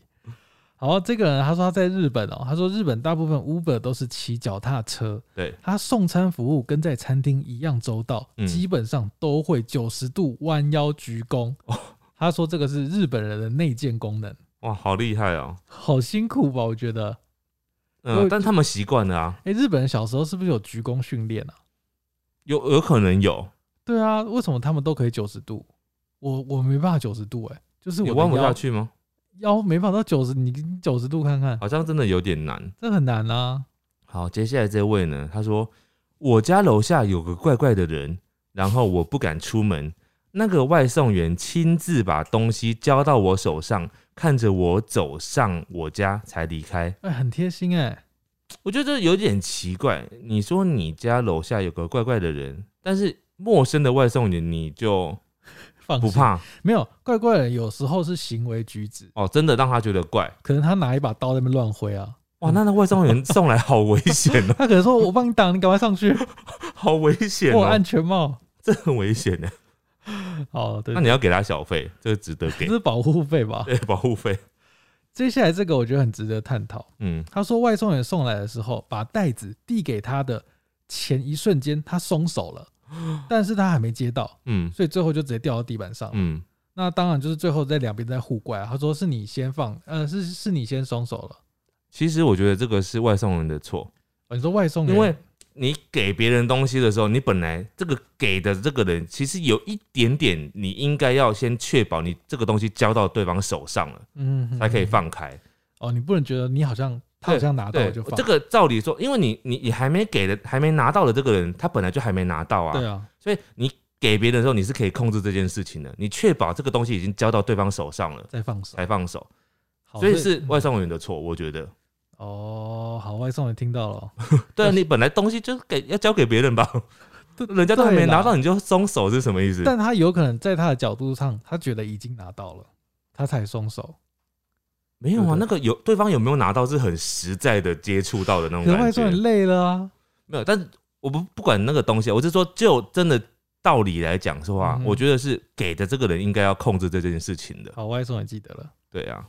好，这个人他说他在日本哦，他说日本大部分 Uber 都是骑脚踏车，对，他送餐服务跟在餐厅一样周到，嗯基本上都会九十度弯腰鞠躬。哦他说这个是日本人的内建功能，哇，好厉害哦。好辛苦吧？我觉得，嗯，但他们习惯了啊，哎、日本人小时候是不是有鞠躬训练啊？有有可能有，对啊，为什么他们都可以九十度？我我没办法九十度、哎，就是你我弯的不下腰去哦吗？腰没办法到九十，你九十度看看，好像真的有点难。这很难啊。好，接下来这位呢，他说我家楼下有个怪怪的人，然后我不敢出门，那个外送员亲自把东西交到我手上，看着我走上我家才离开。哎、很贴心哎、我觉得这有点奇怪。你说你家楼下有个怪怪的人，但是陌生的外送员你就放不心？怕没有怪怪的，有时候是行为举止，哦，真的让他觉得怪可能他拿一把刀在那边乱挥啊，哇？那那外送员送来好危险哦，他可能说我帮你挡，你赶快上去，好危险我有哦安，全帽。这很危险的。好，对那，你要给他小费，这个值得给这，是保护费吧？对，保护费。接下来这个我觉得很值得探讨。嗯，他说外送员送来的时候，把袋子递给他的前一瞬间，他松手了，但是他还没接到，嗯所以最后就直接掉到地板上。嗯，那当然就是最后在两边在互怪、啊，他说是你先放，呃，是是你先松手了。其实我觉得这个是外送人的错，哦你说外送员，因为你给别人东西的时候，你本来这个给的这个人其实有一点点，你应该要先确保你这个东西交到对方手上了，嗯才可以嗯放开。哦，你不能觉得你好像他对好像拿到对了啊就，放，这个照理说，因为你你你还没给的，还没拿到的这个人，他本来就还没拿到啊，对啊，所以你给别人的时候，你是可以控制这件事情的，你确保这个东西已经交到对方手上了再放手，才放手，好哎所以是嗯外送员的错，我觉得。哦，好，外送员听到了哦，对啊，但你本来东西就是给要交给别 人吧，对人家都还对没啦拿到你就松手是什么意思？但他有可能在他的角度上，他觉得已经拿到了，他才松手。没有啊，对对那个有对方有没有拿到是很实在的接触到的那可种是感外送员觉。累了啊，没有，但是我不不管那个东西，我是说就真的道理来讲说啊，嗯我觉得是给的这个人应该要控制这件事情的。好，外送员记得了，对啊，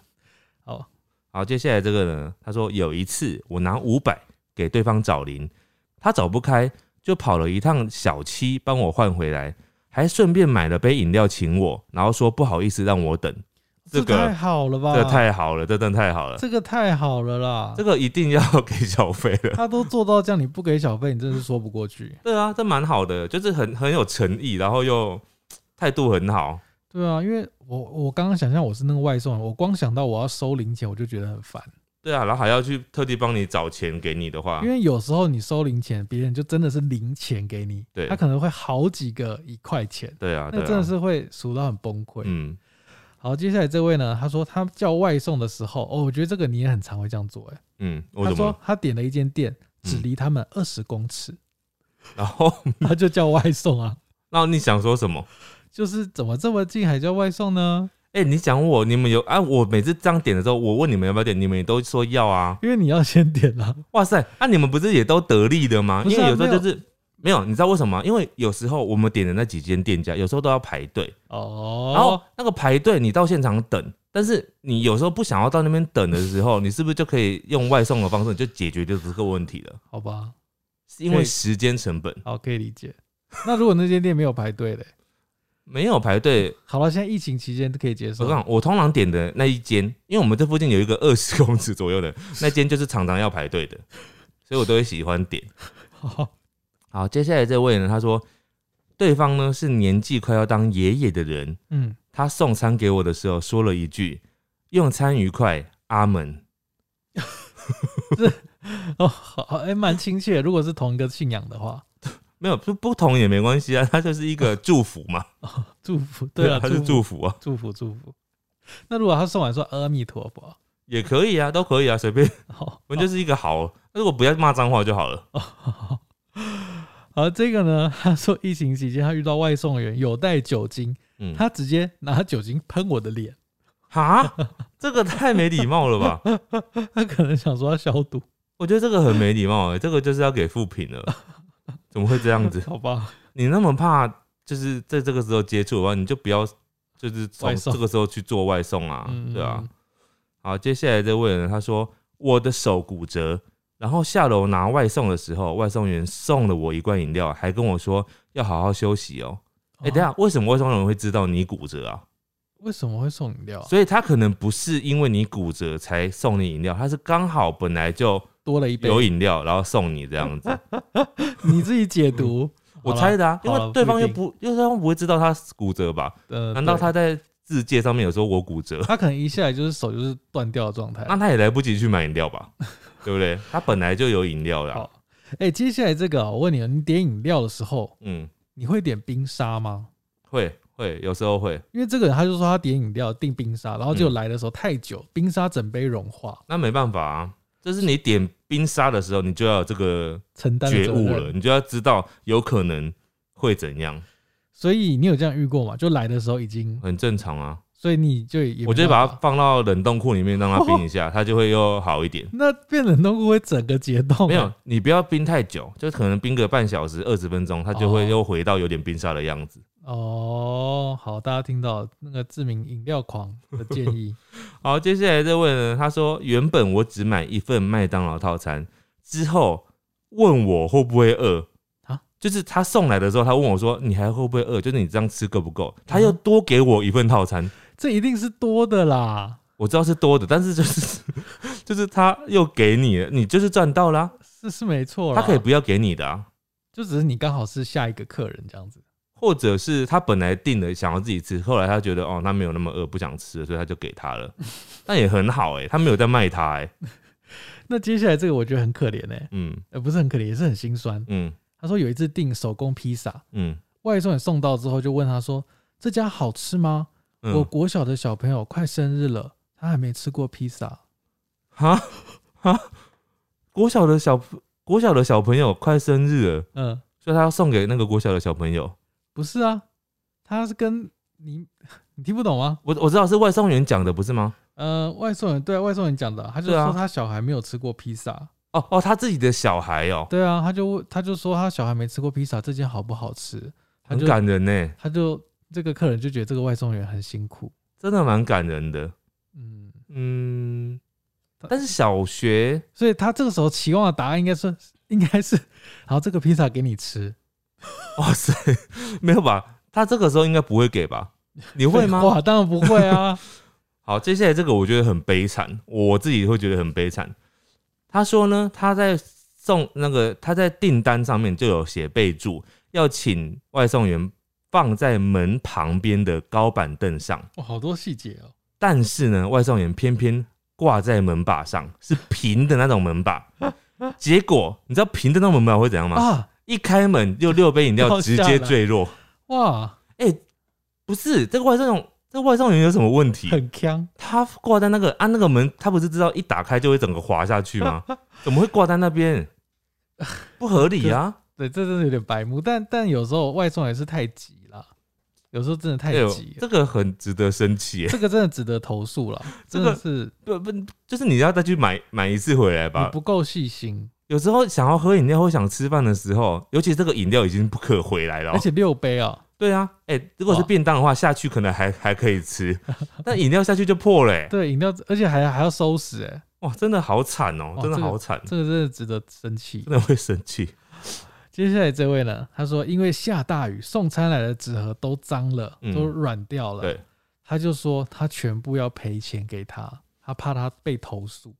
好，好，接下来这个呢，他说有一次我拿五百给对方找零，他找不开，就跑了一趟小七帮我换回来，还顺便买了杯饮料请我，然后说不好意思让我等，这个太好了吧？这太好了，这真的太好了，这个太好了啦，这个一定要 给小费了。他都做到这样，你不给小费，你真的是说不过去。对啊，这蛮好的，就是很很有诚意，然后又态度很好。对啊，因为我我刚刚想象我是那个外送员，我光想到我要收零钱，我就觉得很烦。对啊，然后还要去特地帮你找钱给你的话因，为有时候你收零钱，别人就真的是零钱给你，对他可能会好几个一块钱，对啊，对那啊，真的是会数到很崩溃。嗯，好，接下来这位呢，他说他叫外送的时候，哦，我觉得这个你也很常会这样做、欸，嗯，我他怎说么？他点了一间店，只嗯离他们二十公尺， 然后，他就叫外送啊，然后你想说什么？就是怎么这么近还叫外送呢？哎、你讲我，你们有啊？我每次这样点的时候，我问你们要不要点，你们也都说要啊。因为你要先点啊，哇塞，啊，你们不是也都得利的吗？不因是啊为有时候就是没有，你知道为什么吗？因为有时候我们点的那几间店家，有时候都要排队，哦，然后那个排队你到现场等，但是你有时候不想要到那边等的时候，你是不是就可以用外送的方式就解决掉这个问题了？好吧，是因为时间成本好可以理解。那如果那间店没有排队嘞？没有排队。好了，现在疫情期间都可以接我受跟你。讲，我通常点的那一间，因为我们这附近有一个二十公尺左右 的那间，就是常常要排队的，所以我都会喜欢点。好，好，接下来这位呢，他说对方呢是年纪快要当爷爷的人， 嗯，他送餐给我的时候说了一句：“用餐愉快，阿门。 哦，好，好哎，蛮亲切。如果是同一个信仰的话，”没有不不同也没关系啊， 他就是一个祝福嘛。祝福， 对啊， 他是祝祝福，福啊，祝福，祝福。那如果他送完说阿弥陀佛，也可以啊，都可以 啊，随便。好，我们就是一个好，如果不要骂脏话就好了。好，这个呢，他说疫情期间他遇到外送员有带酒精，嗯，他直接拿酒精喷我的脸，哈，这个太没礼貌了吧？他可能想说要消毒，我觉得这个很没礼貌、欸，这个就是要给负评了。怎么会这样子？好吧？你那么怕，就是在这个时候接触的话，你就不要，就是从外送这个时候去做外送啊，嗯，对啊。好，接下来这位呢，他说我的手骨折，然后下楼拿外送的时候，外送员送了我一罐饮料，还跟我说要好好休息哦、哦哎、等一下，为什么外送人会知道你骨折啊？为什么会送饮料啊？所以他可能不是因为你骨折才送你饮料，他是刚好本来就多了一杯，有饮料，然后送你这样子。你自己解读。我猜的，的啊，因好了为对方又不不，又对方不会知道他骨折吧？呃，嗯难道对他在字界上面有说我骨折？ 他可能一下来就是手就是断掉的状态？那他也来不及去买饮料 吧？对不对？他本来就有饮料啦。好哎、接下来这个哦、我问你哦，你点饮料的时候，嗯，你会点冰沙吗？会会，有时候会。因为这个人他就说他点饮料订冰沙，然后就嗯来的时候太久，冰沙整杯融化，那没办法啊，就是你点冰沙的时候，你就要有这个承担了觉责悟任了，你就要知道有可能会怎样，所以你有这样遇过吗？就来的时候已经，很正常啊。所以你就也我就把它它放到冷冻库里面让它 冰一下，它就会又好一点。那变冷冻库会整个解冻、啊没有，，你不要冰太久，就可能冰个半小时、二十分钟，它就哦会又回到有点冰沙的样子。哦，好，大家听到那个志明饮料狂的建议， 好，接下来这位呢，他说原本我只买一份麦当劳套餐，之后问我会不会饿啊就是他送来的时候，他问我说：“你还会不会饿？就是你这样吃够不够？”嗯他又多给我一份套餐，这一定是多的啦，我知道是多的，但是就是 就是他又给你了，你就是赚到啦。是是没错啦，他可以不要给你的啊，就只是你刚好是下一个客人这样子。或者是他本来订了想要自己吃，后来他觉得哦他没有那么饿，不想吃了，所以他就给他 了。那也很好哎、他没有在卖他哎、那接下来这个我觉得很可怜哎、嗯呃，不是很可怜，也是很心酸。嗯他说有一次订手工披萨，嗯外送员送到之后就问他说：“这家好吃吗？”我嗯，国小的小朋友快生日了，他还没吃过披萨。哈哈，国小的小国小的小朋友快生日了，嗯，所以他要送给那个国小的小朋友。不是啊，他是跟你， 你听不懂吗？我我知道是外送员讲的不是吗？呃，外送员对外送员讲的，他就对啊说他小孩没有吃过披萨。哦哦，他自己的小孩哦，对啊，他就他就说他小孩没吃过披萨，这间好不好吃？他很就感人呢、他就这个客人就觉得这个外送员很辛苦。真的蛮感人的。嗯，嗯他，但是小学所以他这个时候期望的答案应该是应该是，好，这个披萨给你吃，哇塞，没有吧？他这个时候应该不会给吧？你会吗？哇，当然不 会啊。好，接下来这个我觉得很悲惨，我自己会觉得很悲惨。他说呢，他在送那个他在订单上面就有写备注，要请外送员放在门旁边的高板凳上，哇，好多细节哦。但是呢，外送员偏偏挂在门把上，是平的那种门把。结果你知道平的那种门把会怎样吗？啊，一开门就六杯饮料掉直下来接坠落。哇，不是这个外送，这个外送员有什么问题？很强，他挂在那个按、那个门，他不是知道一打开就会整个滑下去 吗？怎么会挂在那边？不合理啊！对，这真的有点白目，但但有时候外送也是太急了，有时候真的太哎呦急了，这个很值得生气耶。 这个真的值得投诉了，这真个的是不不，就是你要再去买买一次回来你吧。不够细心，有时候想要喝饮料或想吃饭的时候，尤其这个饮料已经不可回来了哦、而且六杯哦，对啊，哎、如果是哇便当的话，下去可能还还可以 吃，但饮料下去就破了、哎对，饮料而且还还要收拾，哎，哇，真的好惨哦、哇真的这个好惨，这个真的值得生气。真的会生气。接下来这位呢，他说因为下大雨，送餐来的纸盒都脏了，嗯都软掉了，对，他就说他全部要赔钱给他，他怕他被投诉，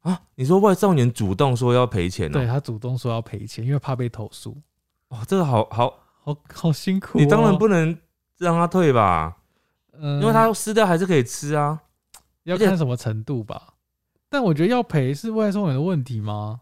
啊，你说外送员主动说要赔钱哦、对他主动说要赔钱，因为怕被投诉，哇，这个好好，好好辛苦、哦你当然不，能让他退吧，嗯因为他撕掉还是可以吃啊。要而且看什么程度吧。但我觉得要赔是外送员的问题吗？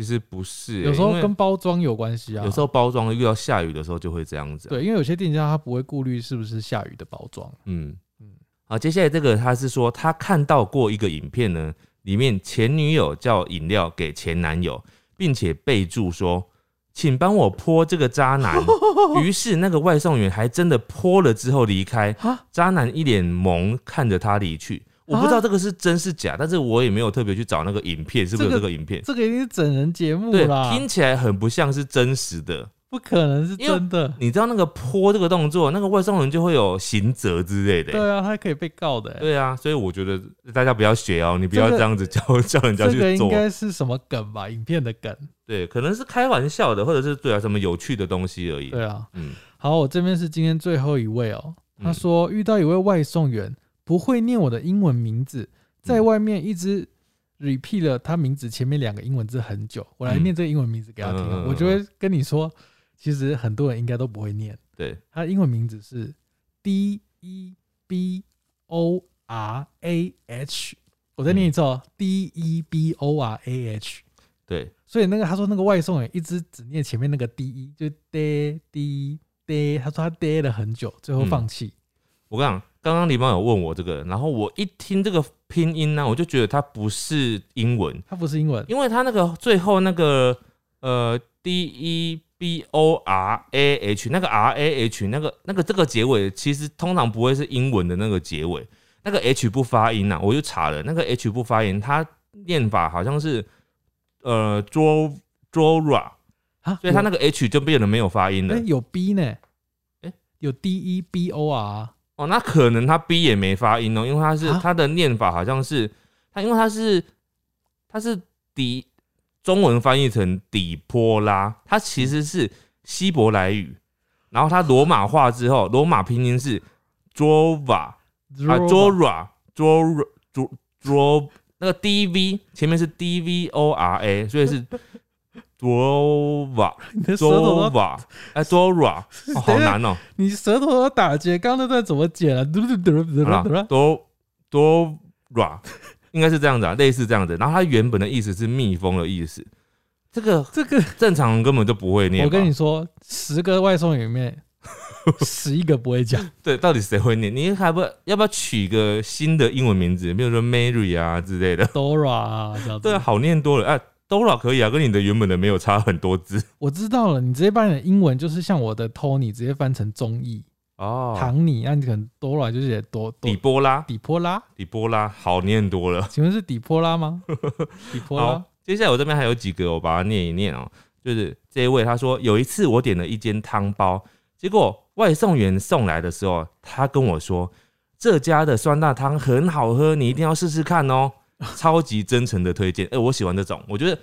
其实不是、哎有时候因为跟包装有关系啊。有时候包装遇到下雨的时候就会这样子啊、对，因为有些店家他不会顾虑是不是下雨的包装。嗯嗯好，接下来这个他是说他看到过一个影片呢，里面前女友叫饮料给前男友，并且备注说。请帮我泼这个渣 男。于是那个外送员还真的泼了之后离开啊，渣男一脸懵看着他离去。我不知道这个是真是假，但是我也没有特别去找那个影片，是不是有这这个个影片？这个一定是整人节目对啦，，听起来很不像是真实的。不可能是真的。你知道那个泼这个动作，那个外送人就会有刑责之类的、对啊，他可以被告的、欸。对啊，所以我觉得大家不要学哦，你不这要这个样子 叫叫人家这个去应做。该是什么梗吧？影片的梗。对，可能是开玩笑的，或者是对啊什么有趣的东西而已。对啊。嗯，好，我这边是今天最后一位哦。嗯他说遇到一位外送员不会念我的英文名字，在嗯外面一直 repeat 了他名字前面两个英文字很久。我来嗯念这个英文名字给他听哦、嗯嗯嗯我就会跟你说，其实很多人应该都不会念。对，他的英文名字是 D E B O R A H。我再念一次哦、d E B O R A H。对，所以那个他说那个外送员一直只念前面那个 D E，就 D D D，他说他 D 了很久，最后放弃。我跟你讲，刚刚李邦有问我这个，然后我一听这个拼音呢、我就觉得它不是英文，他不是英文，因为它那个最后那个呃 D E。B O R A H 那个 R A H 那个那个这个结尾其实通常不会是英文的那个结尾，那个 H 不发音啊，我就查了，那个 H 不发音，它念法好像是呃 dro dora，啊，所以它有那个 H 就变得没有发音了哎。有 B 呢，哎有 D E B O R，哦，那可能它 B 也没发音哦，因为它是啊它的念法好像是它，因为它是它是底中文翻译成底波拉，它其实是希伯来语，然后它罗马化之后，罗马拼音是 Jova。啊 j o r a j o r a j o j o 那个 D V 前面是 D V O R A，所 以是 Dora 你的 j 舌头 o 都， r a 哎 Dora，哦好难哦，你舌头都要打结，刚刚那段怎么解了？嘟嘟嘟嘟好啦嘟嘟， ，Do Dora 应该是这样子啊，类似这样子。然后它原本的意思是蜜蜂的意思，这个 这个正常人根本就不会念吧。我跟你说，十个外送员里面十一个不会讲，对，到底谁会念？你还不要不要取一个新的英文名字，比如说 Mary 啊之类的？ Dora 啊，这样子。对啊，好念多了。哎，Dora 可以啊，跟你的原本的没有差很多字。我知道了，你直接把你的英文就是像我的 Tony 直接翻成中译，哦，唐尼，那你可能 Dora 就写多多底波拉，底波拉，底波拉好念多了。请问是底波拉 吗？底波拉好，接下来我这边还有几个，我把它念一念哦、就是这一位他说，有一次我点了一间汤包，结果外送员送来的时候，他跟我说这家的酸辣汤很好喝，你一定要试试看哦、 超级真诚的推荐。哎、我喜欢这种，我觉得。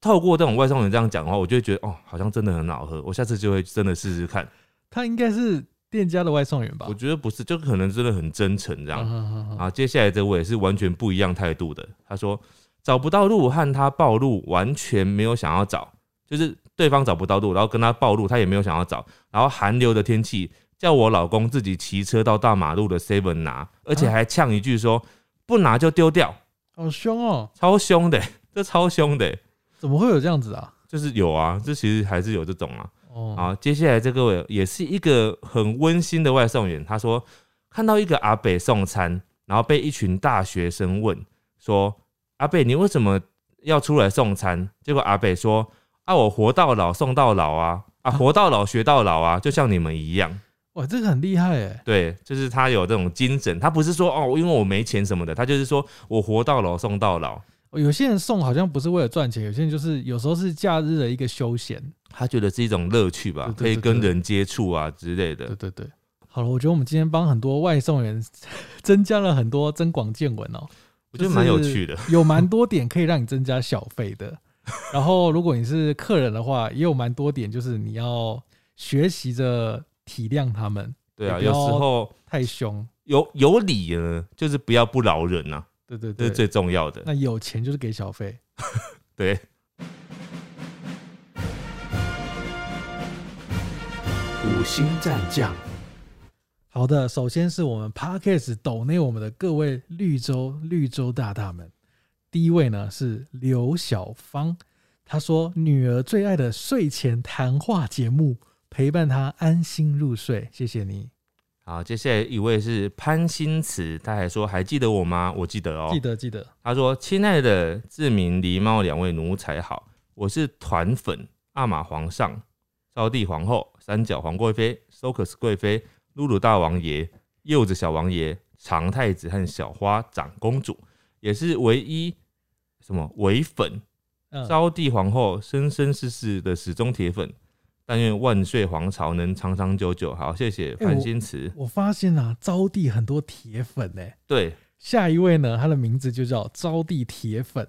透过这种外送员这样讲的话，我就会觉得哦，好像真的很好喝，我下次就会真的试试看。他应该是店家的外送员吧我？觉得不是，就可能真的很真诚这样。啊啊，接下来这位是完全不一样态度的。他说找不到路和他暴露完全没有想要找，就是对方找不到路，然后跟他暴露，他也没有想要找。然后寒流的天气，叫我老公自己骑车到大马路的 Seven 拿，而且还呛一句说不拿就丢掉，好凶哦！超凶的、这超凶的、怎么会有这样子啊？就是有啊，这其实还是有这种啊。哦，好，接下来这个位也是一个很温馨的外送员，他说看到一个阿北送餐，然后被一群大学生问说：“阿北，你为什么要出来送餐？”结果阿北说：“啊，我活到老送到老 啊，啊，活到老学到老啊，就像你们一样。哇，这个很厉害哎”！对，就是他有这种精神，他不是说哦，因为我没钱什么的，他就是说我活到老送到老。有些人送好像不是为了赚钱，有些人就是有时候是假日的一个休闲。他觉得是一种乐趣吧，可对对以对跟对人接触啊之类的对。对对，好了，我觉得我们今天帮很多外送员 增加了很多增广见闻哦，我觉得蛮有趣的，有蛮多点可以让你增加小费 的。然后，如果你是客人的话，也有蛮多点，就是你要学习着体谅他们，对啊，也有不时要候太凶。有有理呢，就是不要不饶人呐、啊，对对这对是最重要的。那有钱就是给小费。对，五星战将，好的，首先是我们 Parkes 抖内我们的各位绿洲绿洲大大们，第一位呢是刘小芳，她说女儿最爱的睡前谈话节目陪伴她安心入睡，谢谢你，好，接下来一位是潘新慈，他还说还记得我吗？我记得哦，记得记得，他说：“亲爱的志明、狸猫两位奴才好，我是团粉阿玛皇上、招娣皇后、三角皇贵妃、Socus 贵妃、露露大王爷、柚子小王爷、长太子和小花长公主，也是唯一什么唯粉嗯，招娣皇后生生世世的始终铁粉。”但愿万岁皇朝能长长久久。好，谢谢哎我潘心慈。我发现啊，招娣很多铁粉欸呢、对，下一位呢，他的名字就叫招娣铁粉。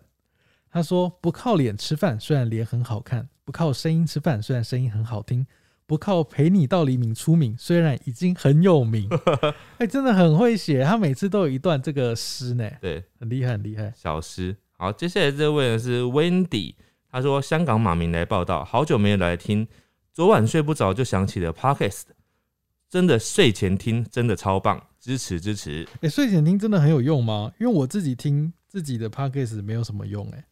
他说：“不靠脸吃饭，虽然脸很好看；不靠声音吃饭，虽然声音很好听；不靠陪你到黎明出名，虽然已经很有名。 哎、真的很会写，他每次都有一段这个诗呢，对，很厉害，很厉害。小诗。好，接下来这位呢是 Wendy，他说香港马明来报道，好久没有来听，昨晚睡不着就想起了 Podcast，真的睡前听真的超棒，支持支持。哎、睡前听真的很有用吗？因为我自己听自己的 podcast 没有什么用哎、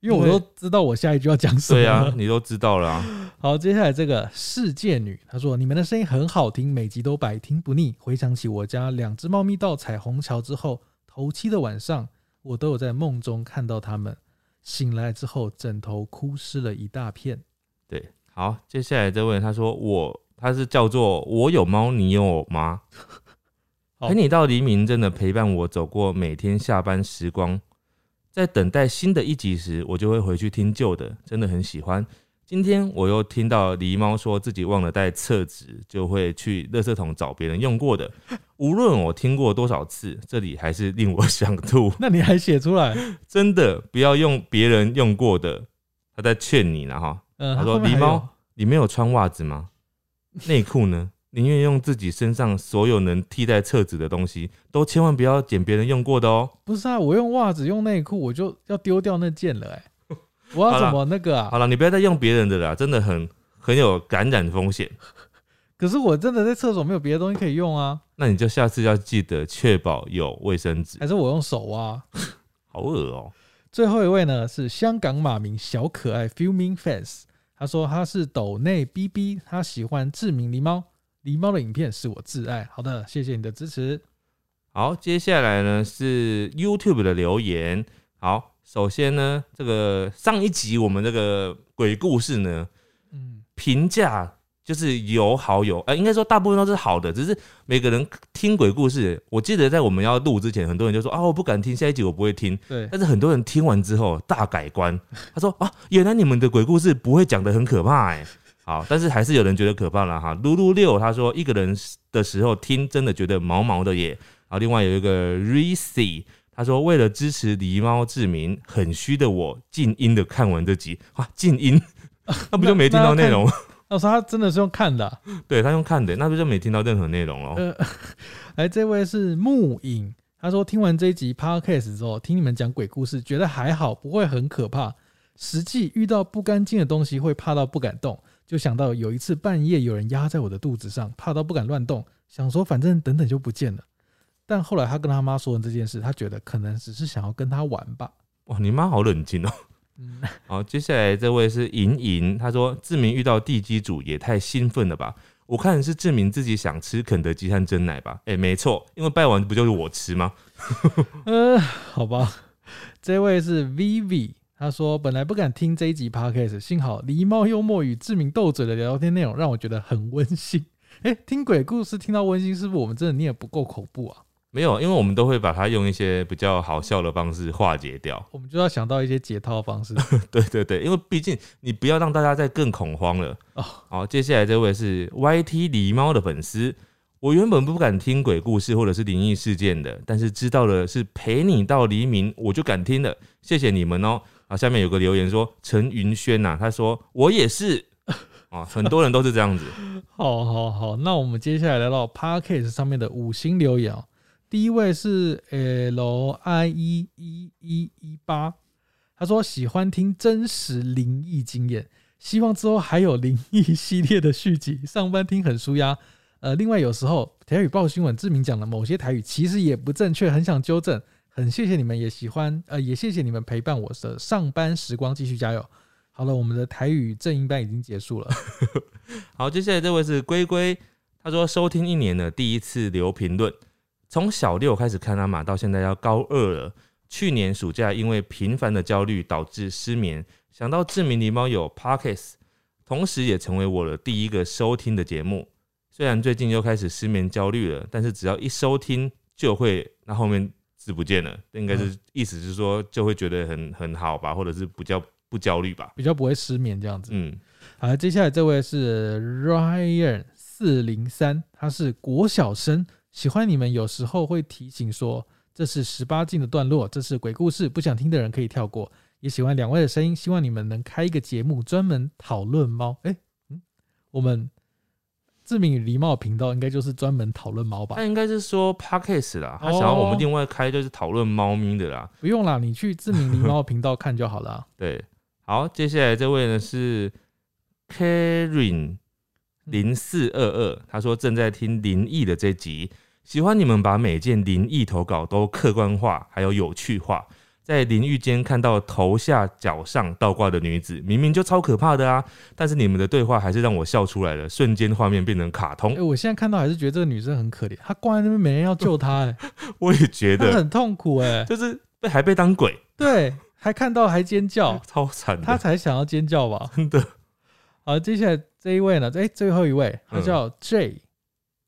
因为我因为都知道我下一句要讲什么。对啊，你都知道了、啊，好，接下来这个世界女，她说：“你们的声音很好听，每集都百听不腻。回想起我家两只猫咪到彩虹桥之后，头七的晚上，我都有在梦中看到它们。醒来之后，枕头哭湿了一大片。对。好，接下来这位他说我他是叫做我有猫你有吗？好陪你到黎明真的陪伴我走过每天下班时光，在等待新的一集时，我就会回去听旧的，真的很喜欢。今天我又听到狸猫说自己忘了带厕纸，就会去垃圾桶找别人用过的。无论我听过多少次，这里还是令我 想吐。 那你还写出来？真的不要用别人用过的，他在劝你了哈。嗯，他说后面还狸猫有你没有穿袜 子吗？内裤呢？宁愿用自己身上所有能替代厕纸的东西，都千万不要捡别人用过的哦。不是啊，我用袜子用内裤，我就要丢掉那件了、欸。 我要好怎啦么那个啊？好了，你不要再用别人的啦，真的很很有感染风险。可是我真的在厕所没有别的东西可以用啊，那你就下次要记得确保有卫生纸。还是我用手啊？好恶哦、最后一位呢是香港马名小可爱 Fuming Face，他说他是斗内 BB，他喜欢志明狸猫，狸猫的影片是我挚爱。好的，谢谢你的支持。好，接下来呢是 YouTube 的留言。好，首先呢，这个上一集我们这个鬼故事呢，嗯，评价就是有好有，呃，应该说大部分都是好的，只是每个人听鬼故事，我记得在我们要录之前，很多人就说啊，我不敢听，下一集我不会听。对，但是很多人听完之后大改观，他说啊，原来你们的鬼故事不会讲的很可怕哎、好，但是还是有人觉得可怕了哈。噜噜六他说一个人的时候听真的觉得毛毛的耶。然后另外有一个 Risi，他说为了支持狸猫志明，很虚的我静音的看完这集，哇，静音， 那不就没听到内容？那我说他真的是用看的啊、对他用看的，那不就没听到任何内容喽？呃，来这位是木影，他说听完这一集 podcast 之后，听你们讲鬼故事，觉得还好，不会很可怕。实际遇到不干净的东西，会怕到不敢动。就想到有一次半夜有人压在我的肚子上，怕到不敢乱动，想说反正等等就不见了。但后来他跟他妈说完这件事，他觉得可能只是想要跟他玩吧。哇，你妈好冷静哦。嗯， 好，接下来这位是莹莹，她说志明遇到地基主也太兴奋了吧？我看是志明自己想吃肯德基和蒸奶吧？哎、没错，因为拜完不就是我吃吗？呃，好吧， 这位是 Vivi，他说本来不敢听这一集 podcast，幸好狸猫幽默与志明斗嘴的聊天内容让我觉得很温馨。诶，听鬼故事听到温馨，是不是我们真的念得不够恐怖啊？没有，因为我们都会把它用一些比较好笑的方式化解掉。我们就要想到一些解套方式对对对，因为毕竟你不要让大家再更恐慌了。哦。好，接下来这位是 YT 狸猫的粉丝。我原本不敢听鬼故事或者是灵异事件的，但是知道了是陪你到黎明，我就敢听了。谢谢你们哦、啊，下面有个留言说陈云轩呐、他说我也是。 啊，很多人都是这样子。好好好，那我们接下来来到 Podcast 上面的五星留言哦。第一位是 L I 一一一一八，他说喜欢听真实灵异经验，希望之后还有灵异系列的续集。上班听很舒压。呃，另外有时候台语报新闻志明讲的某些台语其实也不正确，很想纠正。很谢谢你们，也喜欢，呃，也谢谢你们陪伴我的上班时光，继续加油。好了，我们的台语正音班已经结束了。好，接下来这位是龟龟，他说收听一年了，第一次留评论，从小六开始看阿玛，到现在要高二了。去年暑假因为频繁的焦虑导致失眠，想到志明狸猫有 Pockets，同时也成为我的第一个收听的节目。虽然最近又开始失眠焦虑了，但是只要一收听就会，那后面字不见了，应该是、意思是说就会觉得很很好吧，或者是不焦不焦虑吧。比较不会失眠这样子。嗯，好，接下来这位是 Ryan 四零三，他是国小生，喜欢你们有时候会提醒说这是十八禁的段落，这是鬼故事，不想听的人可以跳过。也喜欢两位的声音，希望你们能开一个节目专门讨论猫。诶，嗯，我们志明与狸猫的频道应该就是专门讨论猫吧？哦那应该是说 Pockets 啦，他想要我们另外开就是讨论猫咪的啦。不用啦，你去志明狸猫的频道看就好了 啊。对，好，接下来这位呢是 Karen 零四二二，他说正在听灵异的这集，喜欢你们把每件灵异投稿都客观化，还有有趣化。在淋浴间看到头下脚上倒挂的女子，明明就超可怕的啊！但是你们的对话还是让我笑出来了，瞬间画面变成卡诶，通。我现在看到还是觉得这个女生很可怜，她挂在那边没人要救她、诶，我也觉她得，很痛苦、诶。就是被还被当鬼，对，还看到还尖叫，超惨哦他的。才想要尖叫吧？真的。好，接下来这一位呢？哎、最后一位，他嗯叫 J，、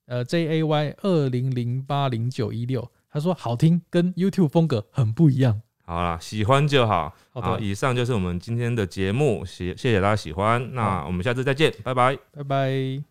呃，J A Y 二零零八零九一六，他说好听，跟 YouTube 风格很不一样。好啦，喜欢就好。啊好的以上就是我们今天的节目，谢谢谢大家喜欢，那我们下次再见，拜拜。拜拜。